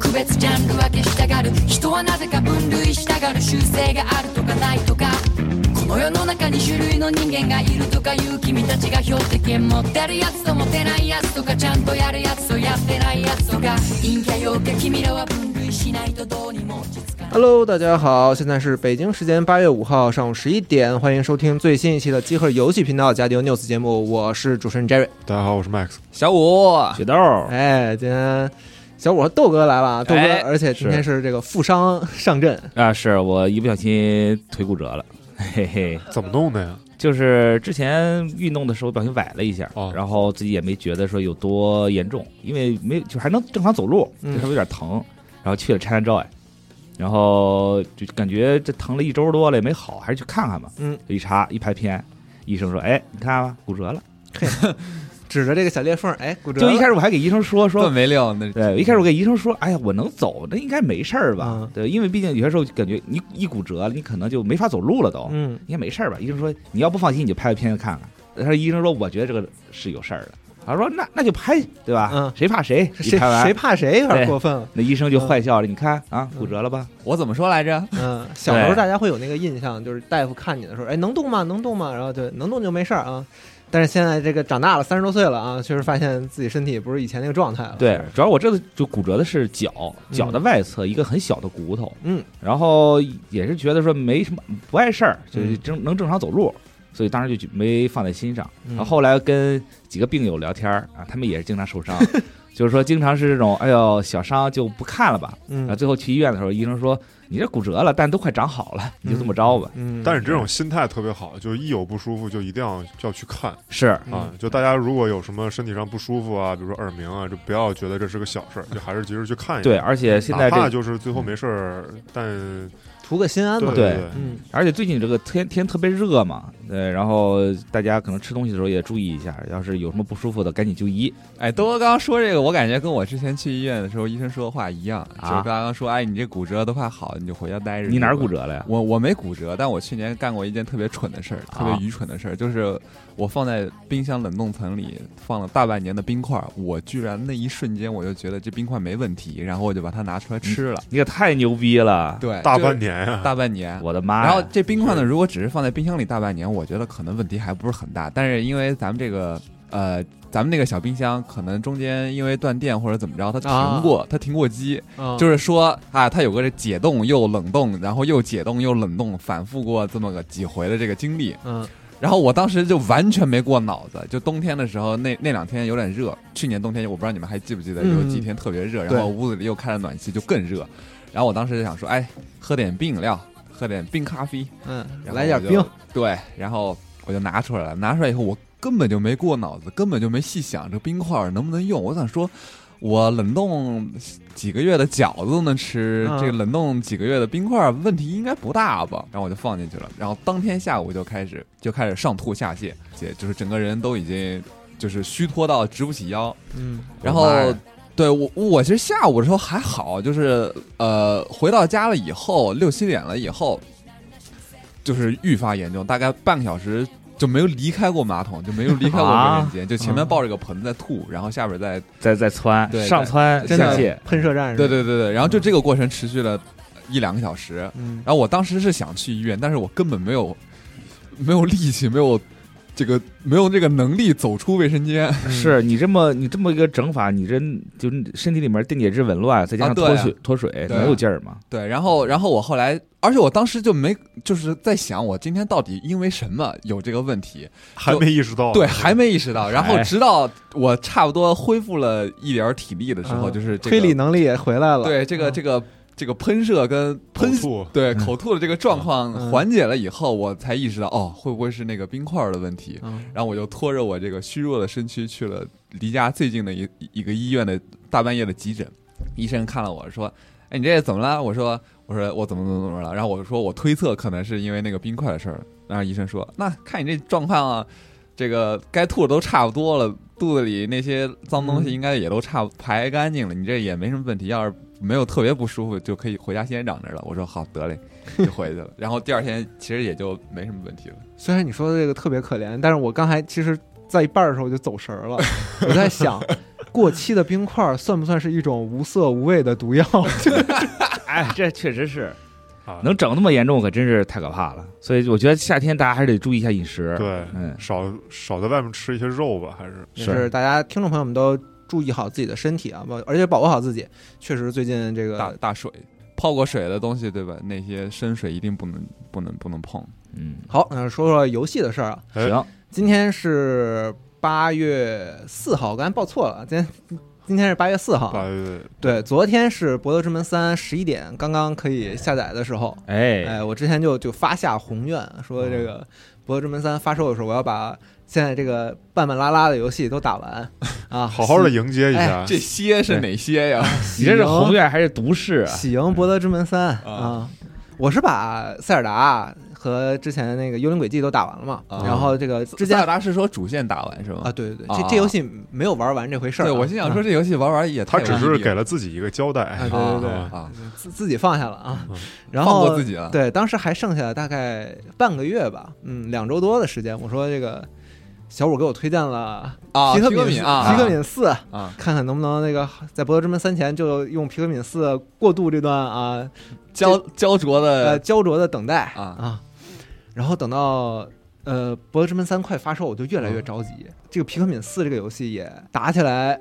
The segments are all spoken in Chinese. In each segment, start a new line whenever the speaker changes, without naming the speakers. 特別ジャンル分けしたがる人はなぜか分類したがる習性があるとかないとかこの世の中に種類の人間がいるとかいう君たちが標的権持ってるやつと持てないやつとかちゃんとやるやつとやってないやつとか陰キャ陽キャ君らは分類しないとどうにも落ち着かない
Hello，大家好，现在是北京时间八月五号上午十一点，欢迎收听最新一期的机核游戏频道《加迪 news》节目，我是主持人 Jerry。
大家好，我是 Max。
嗯
小五，
雪豆，
哎，今天小五和豆哥来了啊，豆哥，
哎
而且今天是这个负伤上阵，
啊，是我一不小心腿骨折了，嘿嘿，
怎么弄的呀？
嗯就是之前运动的时候不小心崴了一下，
哦
然后自己也没觉得说有多严重，因为没就还能正常走路，
嗯
就稍微有点疼，然后去了 China Joy，然后就感觉这疼了一周多了也没好，还是去看看吧，
嗯，
一查一拍片，医生说，哎，你看吧，骨折了，
指着这个小裂缝，哎，骨折
就一开
始
始我还给医生说说
这么没料那
对，一开始我给医生说，哎呀，我能走，那应该没事儿吧？
嗯
对，因为毕竟有些时候就感觉你一骨折了，你可能就没法走路了都，
嗯，
应该没事儿吧？医生说你要不放心，你就拍个片子看看。他说医生说我觉得这个是有事儿的，他说那那就拍对吧？
嗯
谁怕谁？一
谁
拍完
谁怕谁有点
对
过分了，
那医生就坏笑了，你看啊，骨折了吧？
我怎么说来着？
嗯，小时候
对
大家会有那个印象，就是大夫看你的时候，哎，能动吗？能动吗？然后对，能动就没事儿啊。但是现在这个长大了，三十多岁了啊，确实发现自己身体不是以前那个状态了。
对，主要我这次就骨折的是脚，
嗯
脚的外侧一个很小的骨头，
嗯，
然后也是觉得说没什么不碍事儿，就是
嗯
正能正常走路，所以当时就没放在心上。
嗯
然后后来跟几个病友聊天儿啊，他们也是经常受 伤，就是说经常是这种哎呦小伤就不看了吧，然后
嗯
啊最后去医院的时候，医生说你这骨折了，但都快长好了，你就这么着吧。
嗯，
但是你这种心态特别好，就是一有不舒服就一定要要去看
嗯哎
是
嗯
啊！就大家如果有什么身体上不舒服啊，比如说耳鸣啊，就不要觉得这是个小事儿，就还是及时去看一下。
对，而且现在
哪
这
怕
个，
就是最后没事儿，但
图个心安嘛
对。
对
对，
嗯
而且最近这个天天特别热嘛，呃，然后大家可能吃东西的时候也注意一下，要是有什么不舒服的赶紧就医。
哎，多哥刚刚说这个，我感觉跟我之前去医院的时候医生说的话一样，就是
啊
刚刚说，哎，你这骨折都快好，你就回家待着。
你哪儿骨？折了呀？
我我没骨折，但我去年干过一件特别蠢的事儿，特别
啊
愚蠢的事儿，就是我放在冰箱冷冻层里放了大半年的冰块，我居然那一瞬间我就觉得这冰块没问题，然后我就把它拿出来吃了。
你可太牛逼了！
对，
大
就是
半年呀，
大半年，
我的妈呀！
然后这冰块呢，如果只是放在冰箱里大半年，我觉得可能问题还不是很大。但是因为咱们这个呃，咱们那个小冰箱，可能中间因为断电或者怎么着，它停过，它停过机，
啊
就是说啊，它有个这解冻又冷冻，然后又解冻又冷冻，反复过这么个几回的这个经历。
嗯
然后我当时就完全没过脑子，就冬天的时候那那两天有点热，去年冬天我不知道你们还记不记得
嗯
有几天特别热，然后屋子里又开了暖气就更热，然后我当时就想说，哎，喝点冰饮料，喝点冰咖啡，
嗯，
然后
来点
我就
冰，
对，然后我就拿出来了，拿出来以后我根本就没过脑子，根本就没细想这冰块儿能不能用。我想说，我冷冻几个月的饺子都能吃，
嗯
这个冷冻几个月的冰块儿问题应该不大吧？然后我就放进去了，然后当天下午就开始就开始上吐下泻，姐就是整个人都已经就是虚脱到直不起腰，
嗯
然
我的妈
后
呀。
对我，我其实下午的时候还好，就是呃，回到家了以后，六七点了以后，就是愈发严重，大概半个小时就没有离开过马桶，就没有离开过卫生间，就前面抱着个盆在吐，然后下边在，
再再窜，
对
上窜
真
下
的
泻，
喷射战士，
对对对对，然后就这个过程持续了一两个小时，
嗯，
然后我当时是想去医院，但是我根本没有没有力气，没有这个没有这个能力走出卫生间，
嗯
是你这么你这么一个整法，你这就身体里面电解质紊乱，再加
啊
上
对
脱
啊
水脱水，
对啊
能有劲儿吗？
对，然后然后我后来，而且我当时就没就是在想，我今天到底因为什么有这个问题？
还没意识
哦
到，
对，还没意识到。然后
哎
直到我差不多恢复了一点儿体力的时候，
嗯
就是、这个、
推理能力也回来了。
对这个
嗯
这个这个喷射跟喷
口吐
对口吐的这个状况
嗯
缓解了以后，我才意识到哦，会不会是那个冰块儿的问题？
嗯
然后我就拖着我这个虚弱的身躯去了离家最近的一一个医院的大半夜的急诊，医生看了我说：“哎，你这怎么了？”我说：“我说我怎么怎么怎么了？”然后我说我推测可能是因为那个冰块的事儿。然后医生说：“那看你这状况啊，这个该吐的都差不多了，肚子里那些脏东西应该也都差不排干净了，你这也没什么问题。要是没有特别不舒服，就可以回家仙人掌那儿了。”我说：“好，得嘞，就回去了。”然后第二天其实也就没什么问题了。
虽然你说的这个特别可怜，但是我刚才其实在一半儿的时候我就走神儿了，我在想，过期的冰块算不算是一种无色无味的毒药？
哎，这确实是
啊，
能整那么严重，可真是太可怕了。所以我觉得夏天大家还是得注意一下饮食。，
对，
嗯，
少少在外面吃一些肉吧，还是
也
是
是大家听众朋友们都注意好自己的身体啊，不而且保护好自己。确实，最近这
呃
大
个
大水泡过水的东西，对吧？那些深水一定不能不能不能碰。
嗯，
好，那说说游戏的事儿啊。
哎
行，
今天是八月四号，我刚才报错了，今天今天是八月四号
把
啊。对，昨天是《博德之门三》十一点刚刚可以下载的时候，
哎，
哎，我之前就就发下宏愿，说这
哦
个《博德之门三》发售的时候，我要把现在这个半半拉拉的游戏都打 完啊，
好好的迎接一下
哎。
这些是哪些呀？
你这是宏愿还是毒誓啊？
喜迎《博德之门三》
啊
啊！我是把塞尔达和之前那个《幽灵轨迹》都打完了嘛，
啊
然后这个 之
塞尔
间
达是说主线打完是吗？
啊，对对对，
啊
这这游戏没有玩完这回事儿啊。
对，我心想说
啊
这游戏玩玩也
他
太
只
有
是
意义
给
了
了自己一个交代
啊，对对对，
啊
啊，
自自己放下了啊
嗯，
然
放过
后
自己啊了。
对，当时还剩下大概半个月吧，嗯，两周多的时间。我说这个小五给我推荐了
啊，
皮
皮
克
克
敏
敏啊，
皮克敏四，
啊，
看看能不能那个在《博德之门三》前就用皮克敏四过渡这段啊
焦焦灼
呃
的
焦灼的等待
啊
然后等到呃《博德之门三》快发售，我就越来越着急。这个皮克敏四这个游戏也打起 来，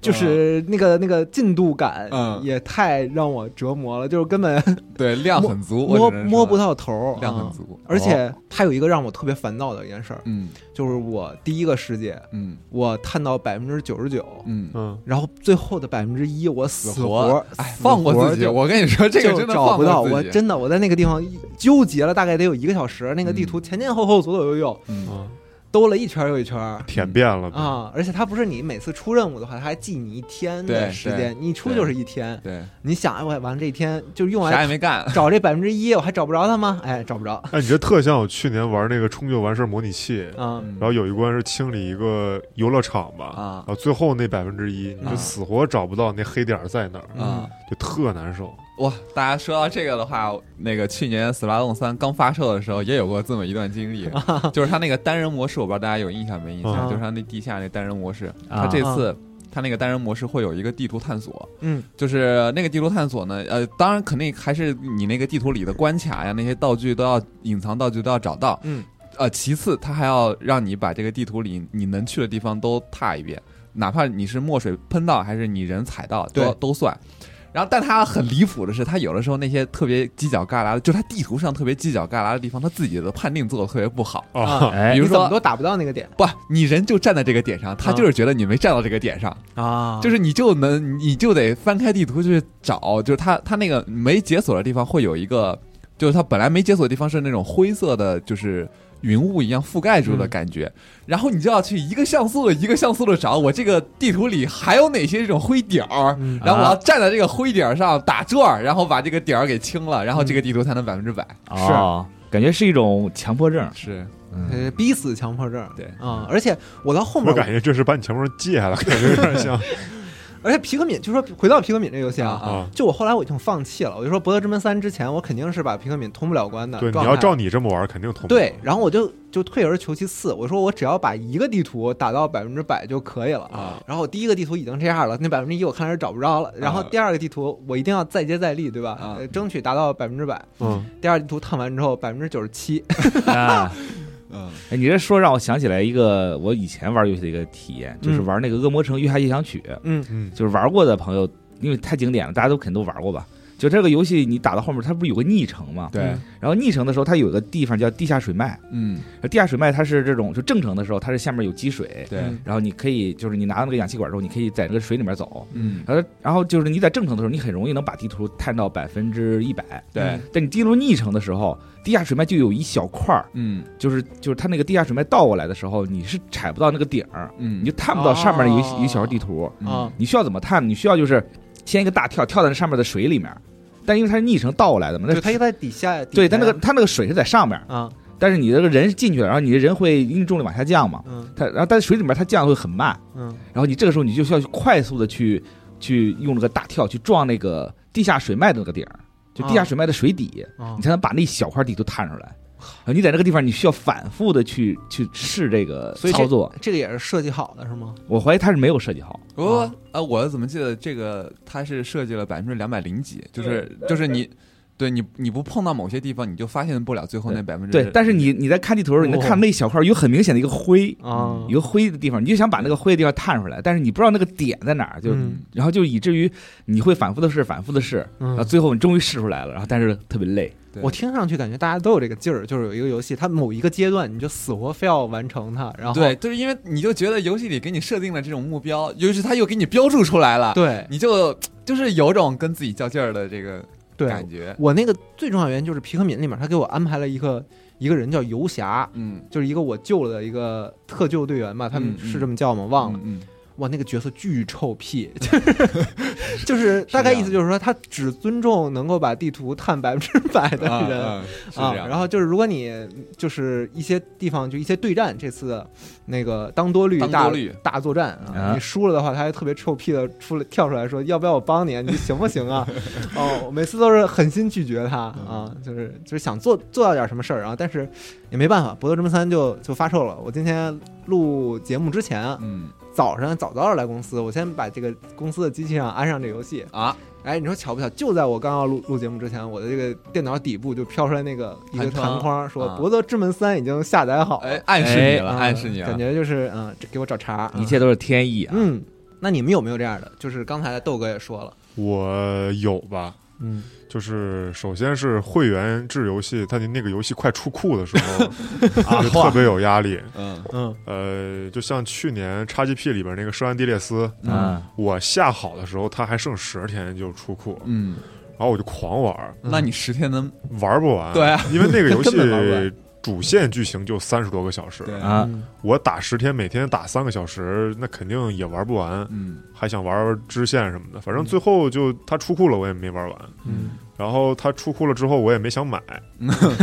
就是那个那个进度感
啊嗯
也太让我折磨了，就是根本
对量很足，
摸
我只能说
摸不到头，
量很
啊
足，
而
哦
且它有一个让我特别烦恼的一件事儿，
嗯
就是我第一个世界
嗯
我探到百分之九十九，
嗯，
嗯，
然后最后的百分之一我死
活
活，
哎，
死
放过自己。
就
我跟你说，这个
就
真的
找
放
不
过
到，
自己
我真的我在那个地方一纠结了大概得有一个小时，那个地图前前后后左左右右
嗯
嗯
兜了一圈又一圈
舔遍了呗，
啊！而且它不是你每次出任务的话，它还记你一天
对
的时间，你一出就是一天。
对，
你想，哎，我完了这一天就用
啥
来
也没干，
找这百分之一，我还找不着它吗？哎，找不着
哎，你这特像我去年玩那个冲就完事儿模拟器，
啊！
嗯
然后有一关是清理一个游乐场吧，
啊
然后最后那百分之一，你
啊
就死活找不到那黑点儿在哪儿，
啊。
就特难受。
哇，大家说到这个的话，那个去年《死拉洞三》刚发售的时候，也有过这么一段 经历，就是他那个单人模式，我不知道大家有印象没印象，
啊
就是他那地下那单人模式，
嗯啊
他这次他那个单人模式会有一个地图探索，
嗯，
就是那个地图探索呢，呃，当然肯定还是你那个地图里的关卡呀，那些道具都要隐藏道具都要找到，
嗯，
呃，其次他还要让你把这个地图里你能去的地方都踏一遍，哪怕你是墨水喷到还是你人踩到，都
对
都算。然后，但他很离谱的是，他有的时候那些特别犄角旮旯的，就是他地图上特别犄角旮旯的地方，他自己的判定做的特别不好。
啊
啊，
哎
比，如
你怎么都
说
打不到那个点
不，你人就站在这个点上，他就是觉得你没站到这个点上，
啊
就是你就能，你就得翻开地图去找，就是他他那个没解锁的地方会有一个，就是他本来没解锁的地方是那种灰色的，就是云雾一样覆盖住的感觉，然后你就要去一个像素一个像素的找，我这个地图里还有哪些这种灰点儿，
嗯
然后我要站在这个灰点儿上打转儿，然后把这个点儿给清了，然后这个地图才能百分之百。
哦，感觉是一种强迫 症。
是，
嗯，
呃逼死强迫症。
对
啊，而且我到后面
我，感觉这是把你前面戒了，感觉有 点像
而且皮克敏，就说回到皮克敏这游戏啊，
啊
啊。
就我后来我已经放弃了，我就说《博德之门三》之前，我肯定是把皮克敏通不了关的
对，你
状态。
要照你这么玩，肯定通不了。
对，然后我就就退而求其次，我说我只要把一个地图打到百分之百就可以了
啊。
然后第一个地图已经这样了，那百分之一我看来是找不着了。然后第二个地图我一定要再接再厉，对吧？
啊
呃争取达到百分之百。
嗯，
第二地图烫完之后百分之九十七，
啊，
嗯
哎，你这说让我想起来一个我以前玩游戏的一个体验，就是玩那个《恶魔城月下夜想曲》。
嗯
嗯，
就是玩过的朋友，因为太经典了，大家都肯定都玩过吧。就这个游戏，你打到后面，它不是有个昵称吗？
嗯
对，
然后昵称的时候，它有个地方叫地下水脉。
嗯，
地下水脉它是这种，就正常的时候，它是下面有积水，
对，
嗯
然后你可以就是你拿到那个氧气管之后，你可以在那个水里面走。
嗯，
然后，然后就是你在正常的时候，你很容易能把地图探到百分之一百。
对，
但你进入昵称的时候，地下水脉就有一小块儿，
嗯
就是就是它那个地下水脉倒过来的时候，你是踩不到那个顶儿，
嗯，
你就探不到上面有一、
哦
一小块地图。
啊，
你需要怎么探？你需要就是先一个大跳，跳到那上面的水里面，但因为它是逆程倒过来的嘛，那
就它就哎在底下。
对，
它
它那个它那个水是在上面，
啊，
但是你这个人进去了，然后你的人会因为重力往下降嘛，
嗯
它然后但是水里面它降会很慢，
嗯
然后你这个时候你就需要去快速的去去用那个大跳去撞那个地下水脉的那个顶儿，就地下水脉的水底，
啊
你，才能把那一小块地图探出来。啊你在这个地方你需要反复的去去试这个
所以这
操作。
这个也是设计好的是吗？
我怀疑他是没有设计好，
不不不，呃，我怎么记得这个它是设计了百分之两百零几，就是就是你，对你你不碰到某些地方，你就发现不了最后那百分之
对。但是你你在看地图的时候，你
哦
能看到那一小块有很明显的一个灰，
啊，
嗯有个灰的地方，你就想把那个灰的地方探出来，但是你不知道那个点在哪儿，就
嗯
然后就以至于你会反复的试，反复的试，然后
嗯，
最后你终于试出来了，然后但是特别累。
对
我听上去感觉大家都有这个劲儿，就是有一个游戏，它某一个阶段你就死活非要完成它，然后
对，就是因为你就觉得游戏里给你设定了这种目标，尤其是它又给你标注出来了，
对
你就就是有种跟自己较劲儿的这个
对
感，觉。
我那个最重要的原因就是皮克敏里面他给我安排了一个一个人叫游侠，
嗯，
就是一个我救了的一个特救队员吧，他
嗯
们
嗯
是这么叫吗？忘了。
嗯，
哇，那个角色巨臭屁， 就是就是大概意思就是说，他只尊重能够把地图探百分之百的
嗯 啊
人
啊是这样。
然后就是如果你就是一些地方就一些对战，这次的那个当多率
当
大
多率
大作战啊，
啊
你输了的话，他还特别臭屁的出来跳出来说要不要我帮你，啊？你行不行 啊？哦，我每次都是狠心拒绝他
嗯
啊，就是就是想做做到点什么事儿，然后但是也没办法，《博德之门三就》就发售了。我今天录节目之前啊，
嗯
早上早早的来公司，我先把这个公司的机器上安上这游戏。
啊，
哎，你说巧不巧？就在我刚要录录节目之前，我的这个电脑底部就飘出来那个一个
弹窗
弹框，说
啊
《博德之门三》已经下载好了。
哎，暗示你了，
啊
暗示你了
感。觉就是嗯，这给我找茬儿。
一切都是天意啊！
嗯，那你们有没有这样的？就是刚才豆哥也说了，
我有吧？
嗯，
就是首先是会员制游戏，它的那个游戏快出库的时 候，
啊
就特别有压力。
嗯
嗯
呃，就像去年 XGP 里边那个《圣安地列斯》，
嗯
啊，
我下好的时候，它还剩十天就出库，
嗯，
然后我就狂玩，
那
嗯
你十天能
玩不完。
对啊，
因为那个游
根本玩不完
戏主线剧情就三十多个小时，
对
啊，
嗯
我打十天，每天打三个小时，那肯定也玩不完，
嗯
还想玩玩支线什么的。反正最后就它出库了，我也没玩完。
嗯
然后它出库了之后，我也没 想买，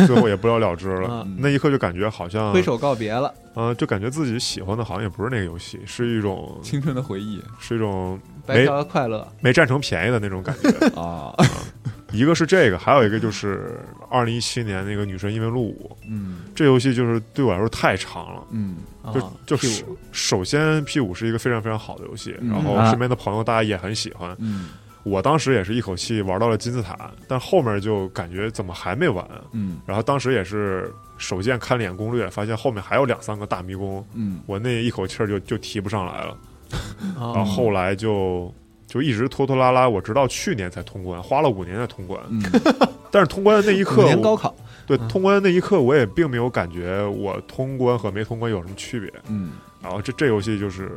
最后也不了了之
嗯
了。
啊，
那一刻就感觉好像
挥，手告别了。
嗯、就感觉自己喜欢的好像也不是那个游戏，是一种
青春的回忆
是一种
白嫖的快乐，
没占成便宜的那种感觉。 嗯
啊，
一个是这个，还有一个就是二零一七年那个《女神异闻录五》
嗯
这游戏，就是对我来说太长了。
嗯
啊
就就是
屁股
首先 P 五是一个非常非常好的游戏，
嗯
然后
啊
身边的朋友大家也很喜欢。
嗯
我当时也是一口气玩到了金字塔，但后面就感觉怎么还没完？
嗯
然后当时也是手贱看了一眼攻略，发现后面还有两三个大迷宫，
嗯
我那一口气儿就就提不上来了。然后
啊，
后来就就一直拖拖拉拉，我直到去年才通关，花了五年才通关。
嗯
但是通关的那一
五
刻，
年
我
高考，
对
嗯
通关的那一刻，我也并没有感觉我通关和没通关有什么区别。
嗯
然后这这游戏就是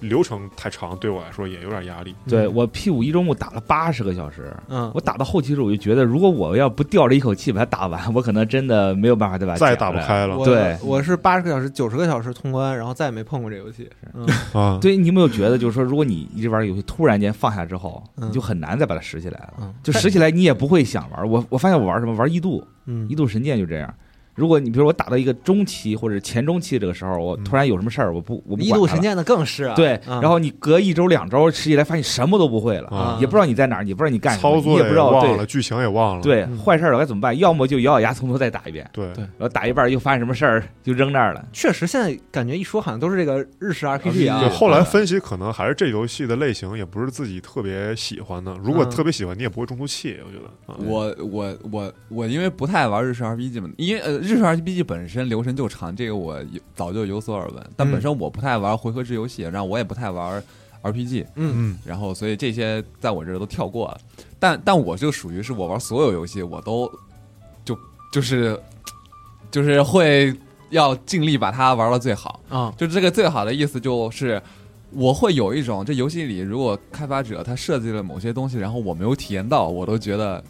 流程太长，对我来说也有点压力。
对我 P 五一周目打了八十个小时，
嗯，
我打到后期的时候，我就觉得，如果我要不吊着一口气把它打完，我可能真的没有办法再把它
再也
捡
打不
回来。
开了
我
对
我是八十个小时、九十个小时通关，然后再也没碰过这游戏。嗯，
啊！
对，你有没有觉得，就是说，如果你一直玩个游戏，突然间放下之后，
嗯
你就很难再把它拾起来了。
嗯
就拾起来，你也不会想玩。我我发现我玩什么，玩异度，
嗯
异度神剑就这样。如果你比如我打到一个中期或者前中期这个时候，我突然有什么事儿，我不我不
一
管
度
它
神
了。
剑的更是啊，
对，
嗯
然后你隔一周两周拾起来，发现什么都不会了，
啊
也不知道你在哪儿，也不知道你干什么，
操
你
作
也不知道
忘了，
对
剧情也忘了。
对
嗯
坏事儿了该怎么办？要么就咬咬牙从头再打一遍，
对
对
然后打一半儿又发现什么事儿就扔那儿了。
确实现在感觉一说好像都是这个日式 RPG
对
啊，
后来分析可能还是这游戏的类型也不是自己特别喜欢的。如果
嗯
特别喜欢，你也不会中途弃。我觉得，啊
我我我我因为不太玩日式 RPG 嘛，因为呃日式 RPG 本身流程就长，这个我有早就有所耳闻。但本身我不太玩回合制游戏，然后我也不太玩 RPG，
嗯
嗯，
然后所以这些在我这儿都跳过了。但但我就属于是我玩所有游戏我都就就是就是会要尽力把它玩到最好。
嗯
啊
就这个最好的意思就是，我会有一种这游戏里如果开发者他设计了某些东西，然后我没有体验到，我都觉得，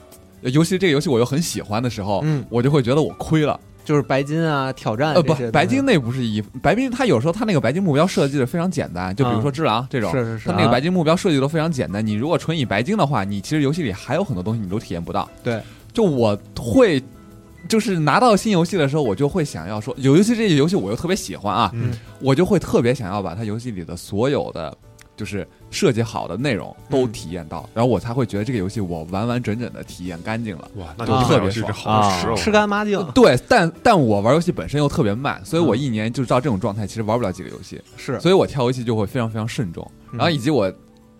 呃尤其这个游戏我又很喜欢的时候，
嗯，
我就会觉得我亏了。
就是白金啊挑战
呃，
这
不
些东，西
白金那不是一，白金它有时候它那个白金目标设计的非常简单，就比如说
嗯
只狼这种。
是是是
它那个
啊
白金目标设计都非常简单，你如果纯以白金的话，你其实游戏里还有很多东西你都体验不到。
对，
就我会，就是拿到新游戏的时候，我就会想要说，尤其这些游戏我又特别喜欢啊，
嗯
我就会特别想要把它游戏里的所有的就是设计好的内容都体验
嗯
到，然后我才会觉得这个游戏我完完整整的体验干净了。
哇，那
啊
这游戏这好
啊
吃哦，
吃干抹净
对，但但我玩游戏本身又特别慢，所以我
嗯
一年就照这种状态，其实玩不了几个游戏。
是
所以我挑游戏就会非常非常慎重。
嗯
然后以及我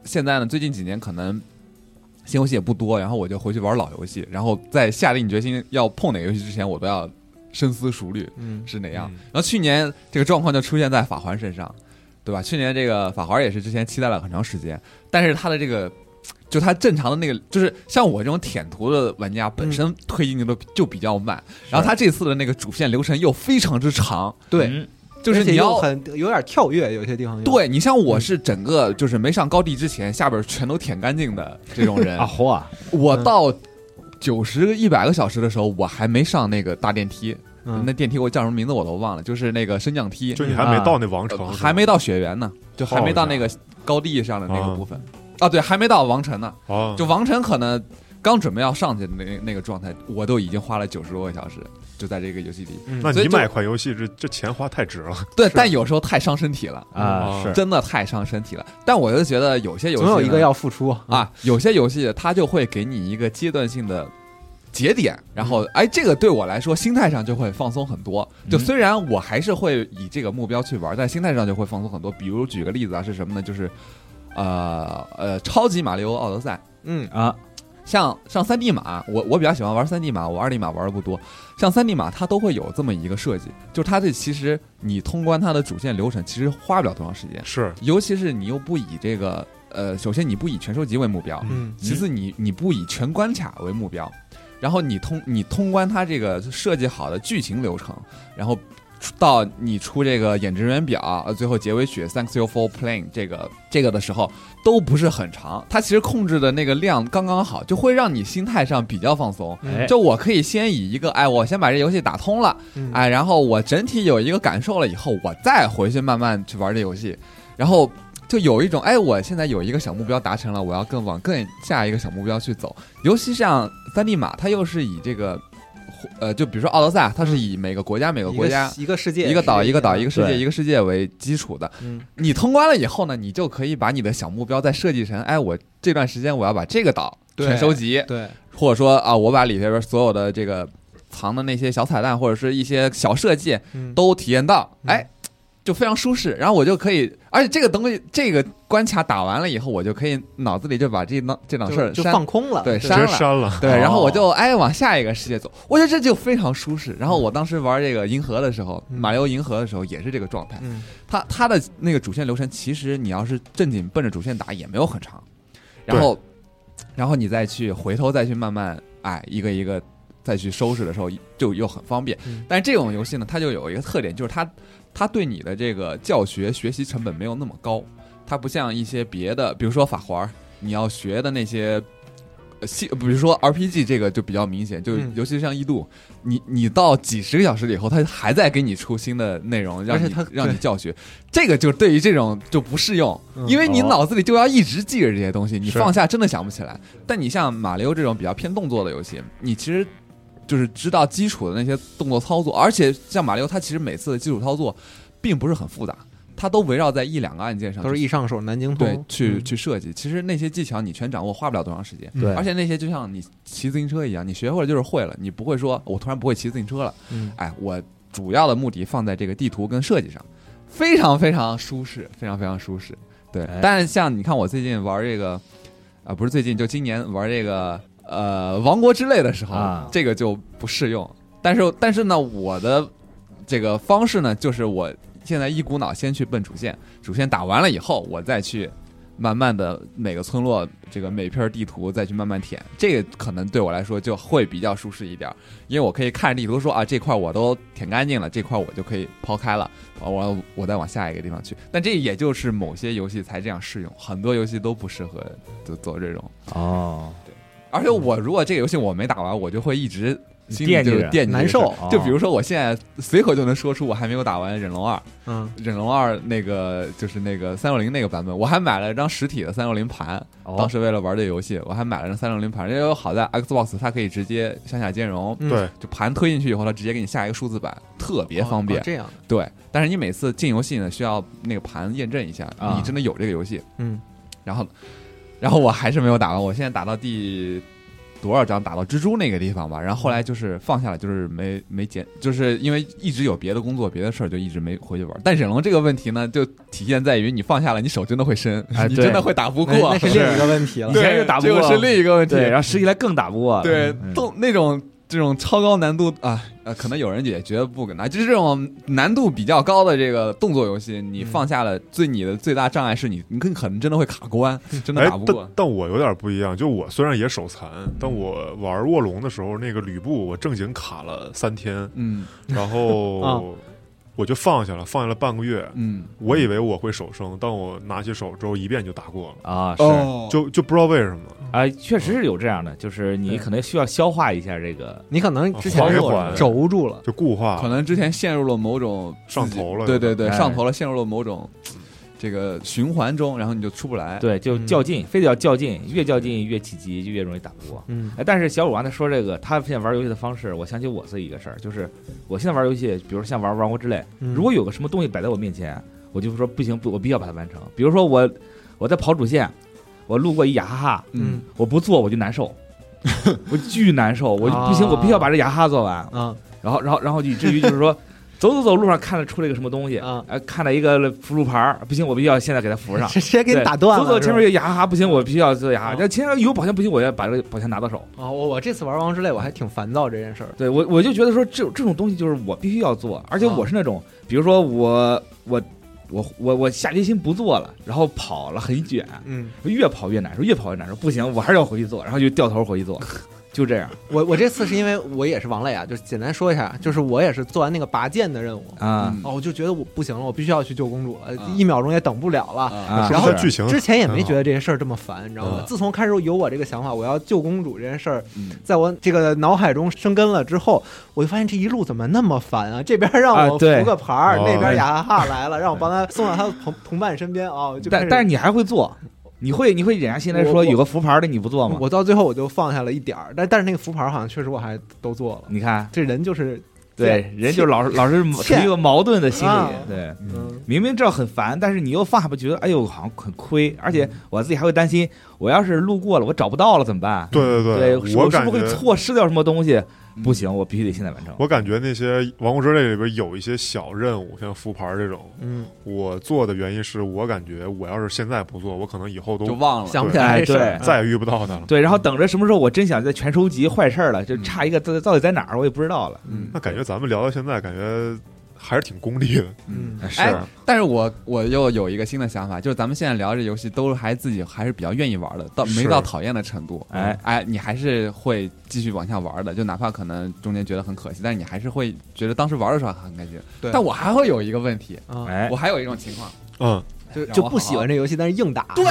现在呢，最近几年可能新游戏也不多，然后我就回去玩老游戏，然后在下定决心要碰哪个游戏之前，我都要深思熟虑
嗯
是哪样。
嗯
然后去年这个状况就出现在法环身上，对吧？去年这个法环也是之前期待了很长时间，但是它的这个。就它正常的那个，就是像我这种舔图的玩家，本身
嗯
推进的都就比较慢，然后它这次的那个主线流程又非常之长，
对，
嗯
就是
而且
你
又
要
很有点跳跃，有些地方又
对你像我是整个就是没上高地之前，下边全都舔干净的这种 人
啊。嚯啊，
我到九十一百个小时的时候，我还没上那个大电梯，
嗯
那电梯我叫什么名字我都忘了，就是那个升降梯，
就你还没
啊
到那王
呃
城，
还没到雪原呢，就还没到
好家
那
伙
个高地上的那个
啊
部分啊，对，还没到王晨呢，
啊，
就王晨可能刚准备要上去的那那个状态，我都已经花了九十多个小时。就在这个游戏里，
那
所以
你
就
买款游戏这这钱花太值了，
对，但有时候太伤身体了，
嗯
啊
哦
是
真的太伤身体了。但我就觉得有些游戏
总有一
呢
个要付出
啊，有些游戏它就会给你一个阶段性的节点，然后哎，这个对我来说心态上就会放松很多。
嗯
就虽然我还是会以这个目标去玩，但心态上就会放松很多。比如举个例子啊，是什么呢？就是呃呃，超级马里奥奥德赛。
嗯
啊，
像像三 D 码，我我比较喜欢玩三 D 码，我二 D 码玩的不多。像三 D 码，它都会有这么一个设计，就是它这其实你通关它的主线流程，其实花不了多长时间。
是
尤其是你又不以这个呃，首先你不以全收集为目标，
嗯
其次你你不以全关卡为目标，然后你通你通关它这个设计好的剧情流程，然后出到你出这个演职员表，呃最后结尾曲 Thanks you for playing 这个这个的时候，都不是很长，它其实控制的那个量刚刚好，就会让你心态上比较放松。
哎，
就我可以先以一个哎，我先把这游戏打通了，
嗯
哎，然后我整体有一个感受了以后，我再回去慢慢去玩这游戏，然后就有一种哎，我现在有一个小目标达成了，我要更往更下一个小目标去走。尤其像三 D 马，它又是以这个，呃，就比如说奥德赛，它是以每个国家每个国家。
一个世界
一个岛一个岛一个世界
对
一个世界为基础的，
嗯
你通关了以后呢，你就可以把你的小目标再设计成，哎，我这段时间我要把这个岛
对
全收集，
对
或者说啊，我把里边所有的这个藏的那些小彩蛋或者是一些小设计
嗯
都体验到，
嗯
哎，就非常舒适。然后我就可以，而且这个东西这个关卡打完了以后，我就可以脑子里就把这档这档事
就
儿
就
删
放空了
对
直
删
接
了
删了，
对，
哦
然后我就哎往下一个世界走，我觉得这就非常舒适。然后我当时玩这个银河的时候，
嗯
马里奥银河的时候也是这个状态。
嗯
它它的那个主线流程，其实你要是正经奔着主线打，也没有很长。然后，然后你再去回头再去慢慢哎一个一个再去收拾的时候，就又很方便。
嗯
但是这种游戏呢，它就有一个特点，就是它它对你的这个教学学习成本没有那么高，它不像一些别的，比如说法环儿，你要学的那些。呃系，比如说 RPG 这个就比较明显，就
嗯
尤其是像异度，你你到几十个小时了以后，它还在给你出新的内容，让
而且
你
它
让你
对
教学，这个就对于这种就不适用，
嗯哦
因为你
哦
脑子里就要一直记着这些东西，你
是
放下真的想不起来。但你像马里奥这种比较偏动作的游戏，你其实就是知道基础的那些动作操作，而且像马里奥，它其实每次的基础操作并不是很复杂，它都围绕在一两个按键上，
都是易上手难精通
嗯对去
嗯
去设计。其实那些技巧你全掌握，花不了多长时间。
对
而且那些就像你骑自行车一样，你学会了就是会了，你不会说哦我突然不会骑自行车了。
嗯
哎，我主要的目的放在这个地图跟设计上，非常非常舒适，非常非常舒适。对
哎，
但是像你看我最近玩这个，啊、不是最近，就今年玩这个呃《王国之泪》的时候，
啊
这个就不适用。但是但是呢，我的这个方式呢，就是我现在一股脑先去奔主线，主线打完了以后，我再去。慢慢的，每个村落这个每片地图再去慢慢填，这个可能对我来说就会比较舒适一点。因为我可以看着地图说啊，这块我都舔干净了，这块我就可以抛开了，啊我我再往下一个地方去。但这也就是某些游戏才这样适用，很多游戏都不适合就做这种。
哦，
而且我如果这个游戏我没打完，我就会一直心
惦
里
记
就是
着
惦记
啊难
这事儿
受
哦
就比如说，我现在随口就能说出我还没有打完《忍龙二》，
嗯，
《忍龙二》那个就是那个三六零那个版本，我还买了一张实体的三六零盘，
哦
当时为了玩这游戏，我还买了张三六零盘。因为好在 Xbox 它可以直接向下兼容，
嗯
对，
就盘推进去以后，它直接给你下一个数字版，特别方便。
哦哦这样的，
对，但是你每次进游戏呢，需要那个盘验证一下，
啊
你真的有这个游戏。
嗯，
然后，然后我还是没有打完，我现在打到第多少章？打到蜘蛛那个地方吧。然后后来就是放下了，就是没没捡，就是因为一直有别的工作、别的事儿，就一直没回去玩。但忍龙这个问题呢，就体现在于你放下了，你手真的会伸，
哎
你
对
真的会打不
那
过
那，是另一个问题了
以。前
对
就打不
这个
过
是另一个问题。
对，然后拾起来更打不过了，
对
嗯，
动那种这种超高难度啊，呃，可能有人也觉得不可能，就是这种难度比较高的这个动作游戏，你
嗯
放下了，最你的最大障碍是你，你更可能真的会卡关，真的
哎
打不，过
但。但我有点不一样，就我虽然也手残，但我玩卧龙的时候，那个吕布我正经卡了三天，
嗯
然
啊
后我就放下了，放下了半个月。
嗯，
我以为我会手生，但我拿起手之后一遍就打过了，
啊是
哦
就就不知道为什么。
啊，确实是有这样的，就是你
对
可能需要消化一下这个，
你可能之前
哦
是
缓一缓
轴住了，
就固化
可能之前陷入了某种
上头了
对对对，
哎
上头了，陷入了某种这个循环中，然后你就出不来。
对，就
嗯
较劲，非得要较劲，越较劲越气急，就越容易打不过。
嗯
哎，但是小五刚才说这个，他现在玩游戏的方式，我想起我自己一个事儿，就是我现在玩游戏，比如像玩《王国之泪》，
嗯
如果有个什么东西摆在我面前，我就说不行，不，我必须要把它完成。比如说我我在跑主线，我路过一雅哈哈，
嗯
我不做我就 难受，我巨难受，我就不行，我必须要把这雅哈哈做完。
啊
然后，然后，然后以至于就是说，走走走，路上看到出了一个什么东西，
啊，
呃，看到一个扶路牌儿，不行，我必须要现在给它扶上。
直接给你
对
打断了。
走走，
是吧
前面有雅哈哈，不行，我必须要做雅哈哈
啊。
那前面有宝箱，不行，我要把这个宝箱拿到手。
啊，我我这次玩王之泪，我还挺烦躁这件事儿。
对我我就觉得说这这种东西就是我必须要做，而且
啊
我是那种，比如说我我我我我下决心不做了，然后跑了很远，
嗯，
越跑越难受，越跑越难受，不行，我还是要回去做，然后就掉头回去做，就这样
我我这次是因为我也是王磊啊，就是简单说一下，就是我也是做完那个拔剑的任务，
啊
嗯
哦，我就觉得我不行了，我必须要去救公主了，
啊
一秒钟也等不了了。
啊
啊，
然
然
后
后
剧情
之前也没觉
得
得这些事儿这么烦，你知道吗
嗯？
自从开始有我这个想法，我要救公主这件事儿
嗯，
在我这个脑海中生根了之后，我就发现这一路怎么那么烦啊！这边让
啊
我扶
对
个牌儿，
哦
那边雅哈哈来了，让我帮他送到他的同同伴身边啊！我就开
但
始
但是你还会做，你会你会忍下心来说
我我
有个浮牌的你不做吗？
我到最后我就放下了一点儿，但但是那个浮牌儿好像确实我还都做了。
你看，
这人就是
对，人就老是老是处
欠
于一个矛盾的心
啊
理，对。
嗯
明明知道很烦，但是你又放下不，觉得哎呦好像很亏，而
嗯
且我自己还会担心，我要是路过了，我找不到了怎么办？
对对
对，
我
我是
感
不是会
觉
错失掉什么东西？不行，我必须得现在完成。
我感觉那些《王国之泪》里边有一些小任务，像浮牌这种，
嗯，
我做的原因是我感觉我要是现在不做，我可能以后
就
都
忘了。
想不起来这事
哎
儿，
再也遇不到它了。
对，然后等着什么时候我真想再全收集坏事儿了，就
嗯
差一个到到底在哪儿，我也不知道了。
嗯
那感觉咱们聊到现在，感觉还是挺功利的。
嗯
哎
哎，但是我我又有一个新的想法，就是咱们现在聊这游戏，都还自己还是比较愿意玩的，到没
是
到讨厌的程度。
哎
哎，你还是会继续往下玩的，就哪怕可能中间觉得很可惜，但是你还是会觉得当时玩的时候很开心。
对
但我还会有一个问题，
啊，
哎
我，还有一种情况，
嗯，
就
让我
就不喜
好好
欢这游戏，但是硬打。
对，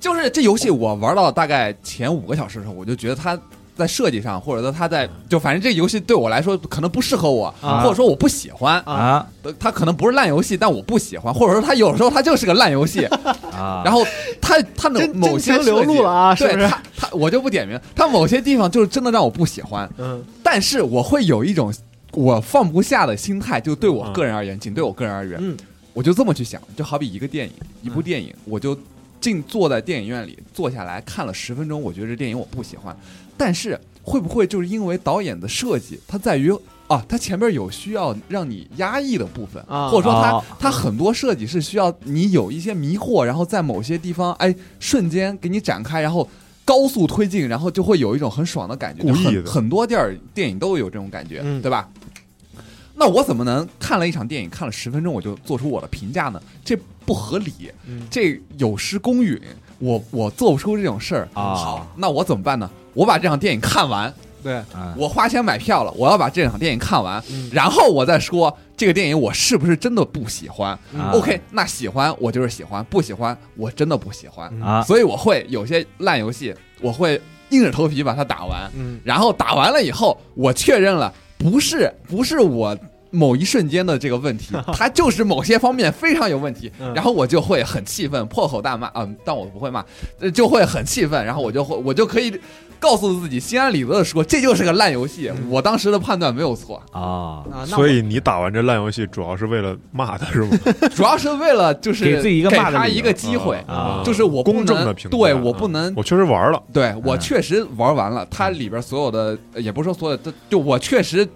就是这游戏我玩到大概前五个小时的时候，我就觉得它在设计上，或者说它在就反正这游戏对我来说可能不适合我，
啊
或者说我不喜欢。
啊
呃它可能不是烂游戏，但我不喜欢，或者说它有时候它就是个烂 游戏。
啊，
然后它它的
真
某些
真情流
设计
露了啊是
对
不是
它它我就不点名，它某些地方就是真的让我不喜欢，
嗯，
但是我会有一种我放不下的心态，就对我个人而言，仅对我个人而言，
嗯
我就这么去想，就好比一个电影，一部电影，我就静坐在电影院里坐下来看了十分钟，我觉得这电影我不喜欢，但是会不会就是因为导演的设计，它在于啊，它前边有需要让你压抑的部分，
啊
或者说它、
哦
它很多设计是需要你有一些迷惑，然后在某些地方哎瞬间给你展开，然后。高速推进，然后就会有一种很爽的感觉，
故意的
很很多地儿电影都有这种感觉，
嗯
对吧？那我怎么能看了一场电影，看了十分钟我就做出我的评价呢？这不合理，
嗯
这有失公允。我我做不出这种事儿
啊
好，那我怎么办呢？我把这场电影看完，
对，
啊
我花钱买票了，我要把这场电影看完，
嗯
然后我再说这个电影我是不是真的不喜欢。
啊
OK，那喜欢我就是喜欢，不喜欢我真的不喜欢。
嗯
啊
所以我会有些烂游戏，我会硬着头皮把它打完，
嗯
然后打完了以后，我确认了不是不是我某一瞬间的这个问题，它就是某些方面非常有问题
嗯，
然后我就会很气愤，破口大骂，嗯，但我不会骂，呃就会很气愤，然后我就会我就可以告诉自己心安理得的说，这就是个烂游戏，我当时的判断没有错，
啊，
啊，那我
所以你打完这烂游戏，主要是为 了骂他是吗？
主要是为了就是
给自己一个
给
骂的
他
理由
一个机会，
啊
就是我不
公正的
能
评价
对
嗯
我不能
我确实玩了，
对我
嗯
确实玩完了，它里边所有的，呃也不是说所有的，就我确实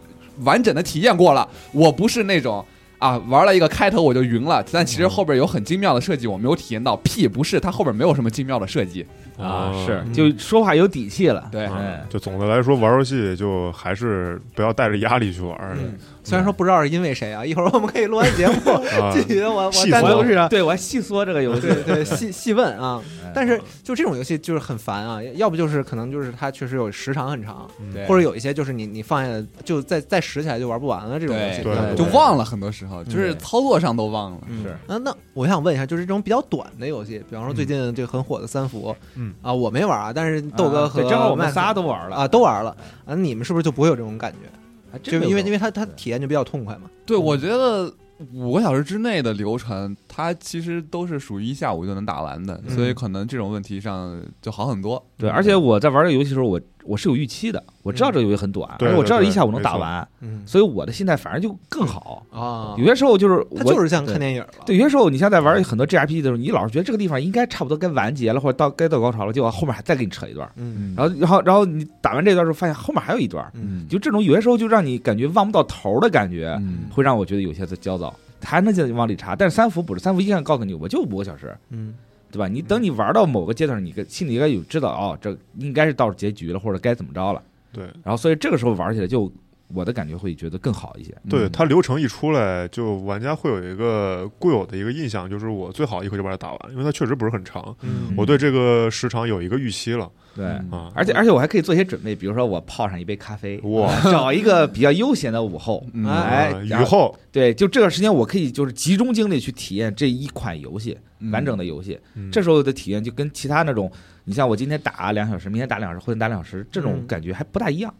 完整的体验过了。我不是那种啊，玩了一个开头我就晕了，但其实后边有很精妙的设计，我没有体验到。屁，不是，它后边没有什么精妙的设计。
啊
哦
是
嗯
就说话有底气 了，
对
哎
嗯就总的来说，玩游戏就还是不要带着压力去玩儿。
嗯虽然说不知道是因为谁啊，一 会儿我们可以录完节目
啊
具体的我我
细
单
说
独是啊，
对我还细说这个游戏，
对对细 细问啊。
哎
但是就这种游戏就是很烦啊，要不就是可能就是它确实有时长很长，
嗯
对
或者有一些就是你你放下就再再拾起来就玩不完了这种游戏
对
比较多
就忘了，很多时候就是
对
操作上都忘了。
嗯
是
啊，那我想问一下，就是这种比较短的游戏，比方说最近这个很火的三伏，
嗯
啊，我没玩啊，但是豆哥
嗯啊
和
对正好我们
Max
仨都玩了
啊都玩了啊，你们是不是就不会有这种感觉？
还真
就
没有
因为
这
因
种
为它它体验就比较痛快嘛。
对，我觉得五个小时之内的流程，它其实都是属于一下午就能打完的，
嗯
所以可能这种问题上就好很多。
对，而且我在玩这个游戏的时候，我我是有预期的，我知道
嗯
这个游戏很短，
对
而且我
对
知道
对
一下午能
没
打
错
完，
嗯
所以我的心态反而就更好。
啊，
有些时候就是
它
我
就是像
对
看电影嗯了。
对，有些时候你像在玩很多 GRP 的时候，你老是觉得这个地方应该差不多该完结了，或者到该到高潮了，结果后面还再给你扯一段，
嗯，
然后然后然后你打完这段时候发现后面还有一段，
嗯
就这种有些时候就让你感觉望不到头的感觉，
嗯
会让我觉得有些的焦躁。还能再往里查，但是三伏不是三伏，一看告诉你我就五个小时，
嗯
对吧？你等你玩到某个阶段，你个心里应该有知道哦，这应该是到结局了，或者该怎么着了。
对
然后所以这个时候玩起来就我的感觉会觉得更好一些。
对，
嗯
它流程一出来，就玩家会有一个固有的一个印象，就是我最好一口就把它打完，因为它确实不是很长。
嗯
我对这个时长有一个预期了
对，
嗯
啊。
而且而且我还可以做一些准备，比如说我泡上一杯咖啡，啊
哇，
找一个比较悠闲的午后，
嗯
哎
啊，
然
雨后
对，就这段时间我可以就是集中精力去体验这一款游戏
嗯
完整的游戏。
嗯
这时候的体验就跟其他那种，你像我今天打两小时，明天打两小时，后天打两小时，这种
嗯
感觉还不大一样。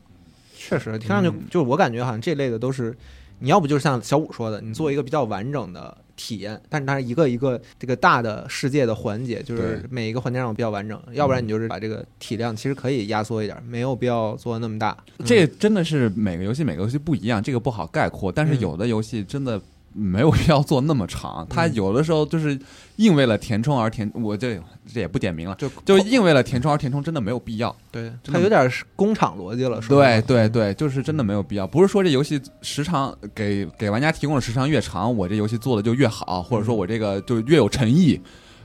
确实听上去
嗯
就是我感觉好像这类的都是，你要不就是像小五说的，你做一个比较完整的体验，但是它是一个一个这个大的世界的环节，就是
对
每一个环节让我比较完整，要不然你就是把这个体量其实可以压缩一点，没有必要做那么大。
嗯这真的是每个游戏每个游戏不一样，这个不好概括。但是
嗯
有的游戏真的没有必要做那么长，它
嗯
有的时候就是硬为了填充而填，我这这也不点名了，
就
就硬为了填充而填充，真的没有必要。
对，
真的
它有点是工厂逻辑了，说
对
的
对对，就是真的没有必要。不是说这游戏时长给给玩家提供的时长越长，我这游戏做的就越好，或者说我这个就越有诚意。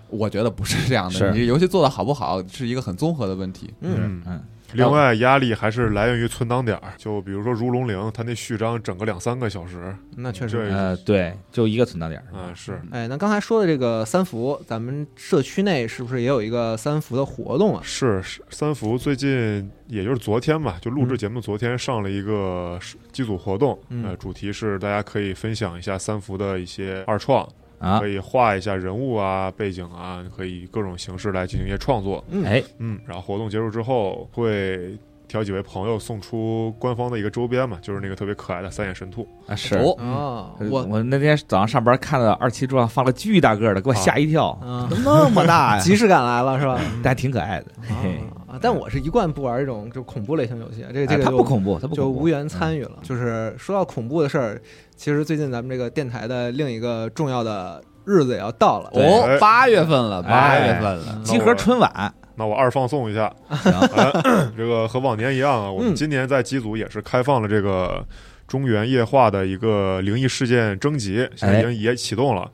我觉得不是这样的，
是
你游戏做的好不好是一个很综合的问题。
嗯，
嗯，
另外压力还是来源于存档点儿，就比如说《如龙零》，它那序章整个两三个小时
嗯
那确
这
实。
呃，对，就一个存档点儿。
啊，是
哎，那刚才说的这个三伏，咱们社区内是不是也有一个三伏的活动啊？
是是。三福最近也就是昨天吧，就录制节目昨天上了一个机组活动，
嗯
呃，主题是大家可以分享一下三福的一些二创，
啊
可，以画一下人物啊、背景啊，可以各种形式来进行一些创作。
哎，
嗯，然后活动结束之后会挑几位朋友送出官方的一个周边嘛，就是那个特别可爱的三眼神兔。
啊是。
哦，
哦，
我
我
我那天早上上班看到二期桌上放了巨大个儿的，给我吓一跳，
啊，
怎么那么大呀？
即视感来了是吧？
但还挺可爱的。嘿哎嘿
啊，但我是一贯不玩这种就恐怖类型游戏，啊这个这
哎
个
它
就
不恐怖，它不嗯
就
恐怖
无缘参与了。就是说到恐怖的事儿，其实最近咱们这个电台的另一个重要的日子也要到了。
哦，八月份了，八
哎
月份了。
嗯
集合春晚，
那我二放送一下，
行
哎 这个和往年一样啊，我
嗯
们今年在机组也是开放了这个中原夜话的一个灵异事件征集，现
哎
在已经也启动了。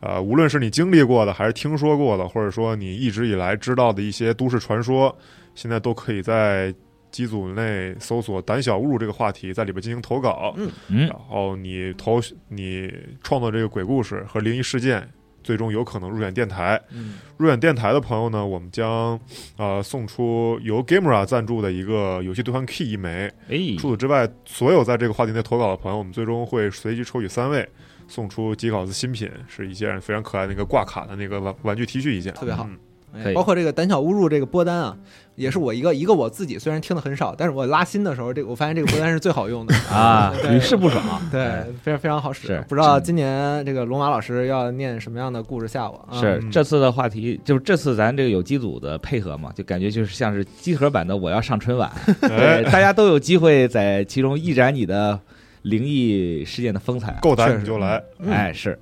呃，无论是你经历过的，还是听说过的，或者说你一直以来知道的一些都市传说，现在都可以在机组内搜索“胆小物”这个话题，在里边进行投稿。
嗯
嗯
然后你投你创作这个鬼故事和灵异事件，最终有可能入选电台。
嗯
入选电台的朋友呢，我们将呃送出由 Gamera 赞助的一个游戏兑换 key 一枚。
嗯
哎
除此之外，所有在这个话题内投稿的朋友，我们最终会随机抽取三位，送出吉稿子新品，是一件非常可爱的一个挂卡的那个玩玩具 T 恤一件，
特别好
嗯
可以
包括这个胆小误入这个播单啊，也是我一个一个我自己虽然听的很少，但是我拉新的时候，这个我发现这个播单是最好用的
啊，
对
屡试不爽。
对，非常非常好使
哎是。
不知道
是
今年这个龙马老师要念什么样的故事吓我啊？
是
嗯
这次的话题，就是这次咱这个有机组的配合嘛，就感觉就是像是集合版的《我要上春晚》， 对，
哎
大家都有机会在其中一展你的灵异事件的风采。
够
确
胆
实
你就来，
嗯
哎，是